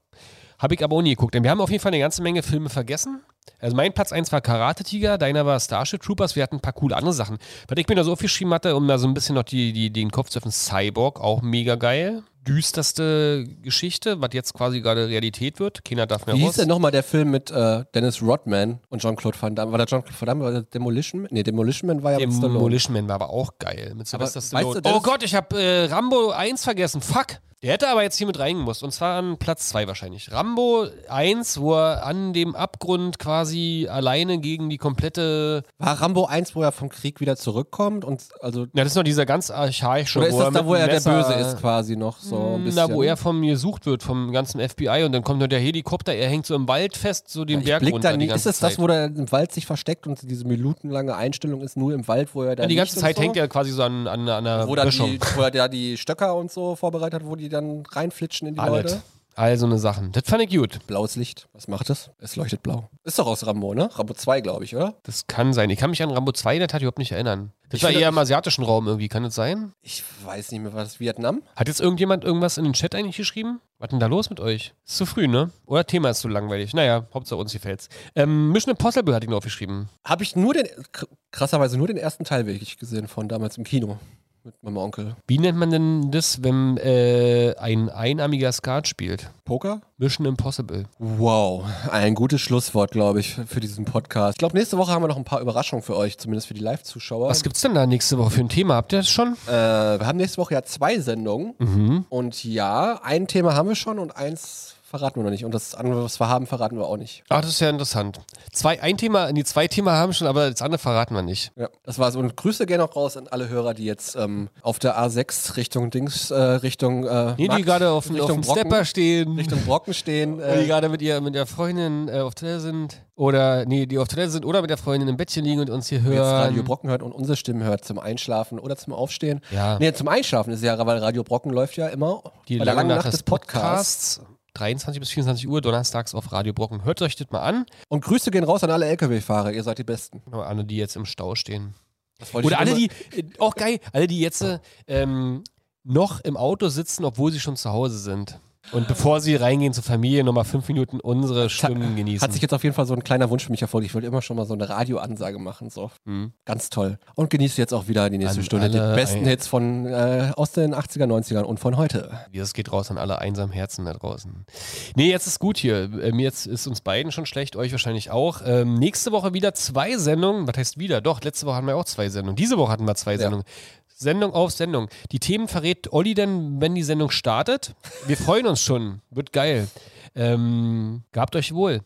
Speaker 1: habe ich aber auch nie geguckt. Denn wir haben auf jeden Fall eine ganze Menge Filme vergessen. Also mein Platz 1 war Karate Tiger, deiner war Starship Troopers, wir hatten ein paar coole andere Sachen. Was ich mir da so aufgeschrieben hatte, um da so ein bisschen noch die, die, den Kopf zu öffnen, Cyborg, auch mega geil. Düsterste Geschichte, was jetzt quasi gerade Realität wird. Keiner darf mehr
Speaker 2: Wie hieß
Speaker 1: raus.
Speaker 2: denn nochmal der Film mit äh, Dennis Rodman und Jean-Claude Van Damme? War der Jean-Claude Van Damme? War der Demolition Man? Nee, Demolition Man war ja mit Stallone.
Speaker 1: Demolition Man war aber auch geil mit Sylvester
Speaker 2: weißt
Speaker 1: Stallone.
Speaker 2: du, das-
Speaker 1: oh Gott, ich habe äh, Rambo 1 vergessen. Fuck. Der hätte aber jetzt hier mit reingemusst. Und zwar an Platz 2 wahrscheinlich. Rambo 1, wo er an dem Abgrund quasi alleine gegen die komplette.
Speaker 2: War Rambo 1, wo er vom Krieg wieder zurückkommt? Und, also,
Speaker 1: Na, das ist noch dieser ganz archaische.
Speaker 2: oder ist das da,
Speaker 1: mit
Speaker 2: wo
Speaker 1: dem
Speaker 2: er der
Speaker 1: Messer-
Speaker 2: Böse ist quasi noch so ein bisschen?
Speaker 1: Na, wo er von mir gesucht wird, vom ganzen FBI. Und dann kommt noch der Helikopter. Er hängt so im Wald fest, so den
Speaker 2: ich
Speaker 1: Berg
Speaker 2: blick
Speaker 1: runter.
Speaker 2: da
Speaker 1: die
Speaker 2: nie. Ist
Speaker 1: ganze
Speaker 2: es das,
Speaker 1: Zeit.
Speaker 2: wo er im Wald sich versteckt und diese minutenlange Einstellung ist nur im Wald, wo er da
Speaker 1: Ja, die ganze
Speaker 2: liegt und
Speaker 1: Zeit
Speaker 2: so?
Speaker 1: hängt er quasi so an, an, an einer
Speaker 2: wo, dann
Speaker 1: Böschung.
Speaker 2: die, wo er da die Stöcker und so vorbereitet hat, wo die dann reinflitschen in die
Speaker 1: Alles.
Speaker 2: Leute.
Speaker 1: All so eine Sachen. Das fand ich gut.
Speaker 2: Blaues Licht. Was macht es? Es leuchtet blau. Ist doch aus Rambo, ne? Rambo 2, glaube ich, oder?
Speaker 1: Das kann sein. Ich kann mich an Rambo 2 in der Tat überhaupt nicht erinnern. Das
Speaker 2: Ich
Speaker 1: war
Speaker 2: finde-
Speaker 1: eher im asiatischen Raum irgendwie, kann das sein?
Speaker 2: Ich weiß nicht mehr, war das Vietnam?
Speaker 1: Hat jetzt irgendjemand irgendwas in den Chat eigentlich geschrieben? Was denn da los mit euch? Ist zu früh, ne? Oder Thema ist zu langweilig. Naja, Hauptsache uns gefällt's. Ähm, Mission Impossible hatte ich noch aufgeschrieben.
Speaker 2: Habe ich nur den, kr- krasserweise nur den ersten Teil wirklich gesehen von damals im Kino. Mit meinem Onkel.
Speaker 1: Wie nennt man denn das, wenn äh, ein einarmiger Skat spielt?
Speaker 2: Poker?
Speaker 1: Mission Impossible.
Speaker 2: Wow, ein gutes Schlusswort, glaube ich, für diesen Podcast. Ich glaube, nächste Woche haben wir noch ein paar Überraschungen für euch, zumindest für die Live-Zuschauer.
Speaker 1: Was gibt's denn da nächste Woche für ein Thema? Habt ihr das schon?
Speaker 2: Äh, wir haben nächste Woche ja zwei Sendungen.
Speaker 1: Mhm.
Speaker 2: Und ja, ein Thema haben wir schon und eins verraten wir noch nicht. Und das andere, was wir haben, verraten wir auch nicht.
Speaker 1: Ah, das ist ja interessant. Zwei, ein Thema, die zwei Themen haben schon, aber das andere verraten wir nicht.
Speaker 2: Ja, das war's. Und Grüße gerne auch raus an alle Hörer, die jetzt ähm, auf der A6 Richtung Dings, äh, Richtung. Äh,
Speaker 1: Nee, die
Speaker 2: Max,
Speaker 1: gerade auf, dem- auf
Speaker 2: Richtung
Speaker 1: dem Stepper stehen.
Speaker 2: Richtung Brocken stehen.
Speaker 1: Oder die
Speaker 2: Äh,
Speaker 1: gerade mit, ihr, mit der Freundin äh, auf Toilette sind. Oder, nee, die auf Toilette sind oder mit der Freundin im Bettchen liegen und uns hier
Speaker 2: jetzt
Speaker 1: hören.
Speaker 2: Radio Brocken hört und unsere Stimmen hört zum Einschlafen oder zum Aufstehen.
Speaker 1: Ja.
Speaker 2: Nee, zum Einschlafen ist ja, weil Radio Brocken läuft ja immer
Speaker 1: die
Speaker 2: bei
Speaker 1: lange,
Speaker 2: der langen
Speaker 1: Nacht,
Speaker 2: Nacht des Podcasts.
Speaker 1: 23 bis 24 Uhr donnerstags auf Radio Brocken. Hört euch das mal an.
Speaker 2: Und Grüße gehen raus an alle LKW-Fahrer, ihr seid die Besten.
Speaker 1: Genau, Alle, die jetzt im Stau stehen.
Speaker 2: Das wollte ich
Speaker 1: Oder alle,
Speaker 2: immer-
Speaker 1: die, äh, auch geil, alle, die jetzt äh, ähm, noch im Auto sitzen, obwohl sie schon zu Hause sind. Und bevor sie reingehen zur Familie, nochmal fünf Minuten unsere Stimmen genießen.
Speaker 2: Hat sich jetzt auf jeden Fall so ein kleiner Wunsch für mich erfolgt. Ich wollte immer schon mal so eine Radioansage machen. So.
Speaker 1: Hm.
Speaker 2: Ganz toll. Und genieße jetzt auch wieder die nächste
Speaker 1: An
Speaker 2: Stunde. Die
Speaker 1: alle
Speaker 2: besten
Speaker 1: ein-
Speaker 2: Hits von äh, aus den 80er, 90ern und von heute.
Speaker 1: Das geht raus an alle einsamen Herzen da draußen. Nee, jetzt ist gut hier. Äh, Mir jetzt ist uns beiden schon schlecht, euch wahrscheinlich auch. Ähm, nächste Woche wieder zwei Sendungen. Was heißt wieder? Doch, letzte Woche hatten wir auch zwei Sendungen. Diese Woche hatten wir zwei Sendungen. Sendung auf Sendung. Die Themen verrät Olli denn, wenn die Sendung startet. Wir freuen uns schon. Wird geil. Ähm, gabt euch wohl.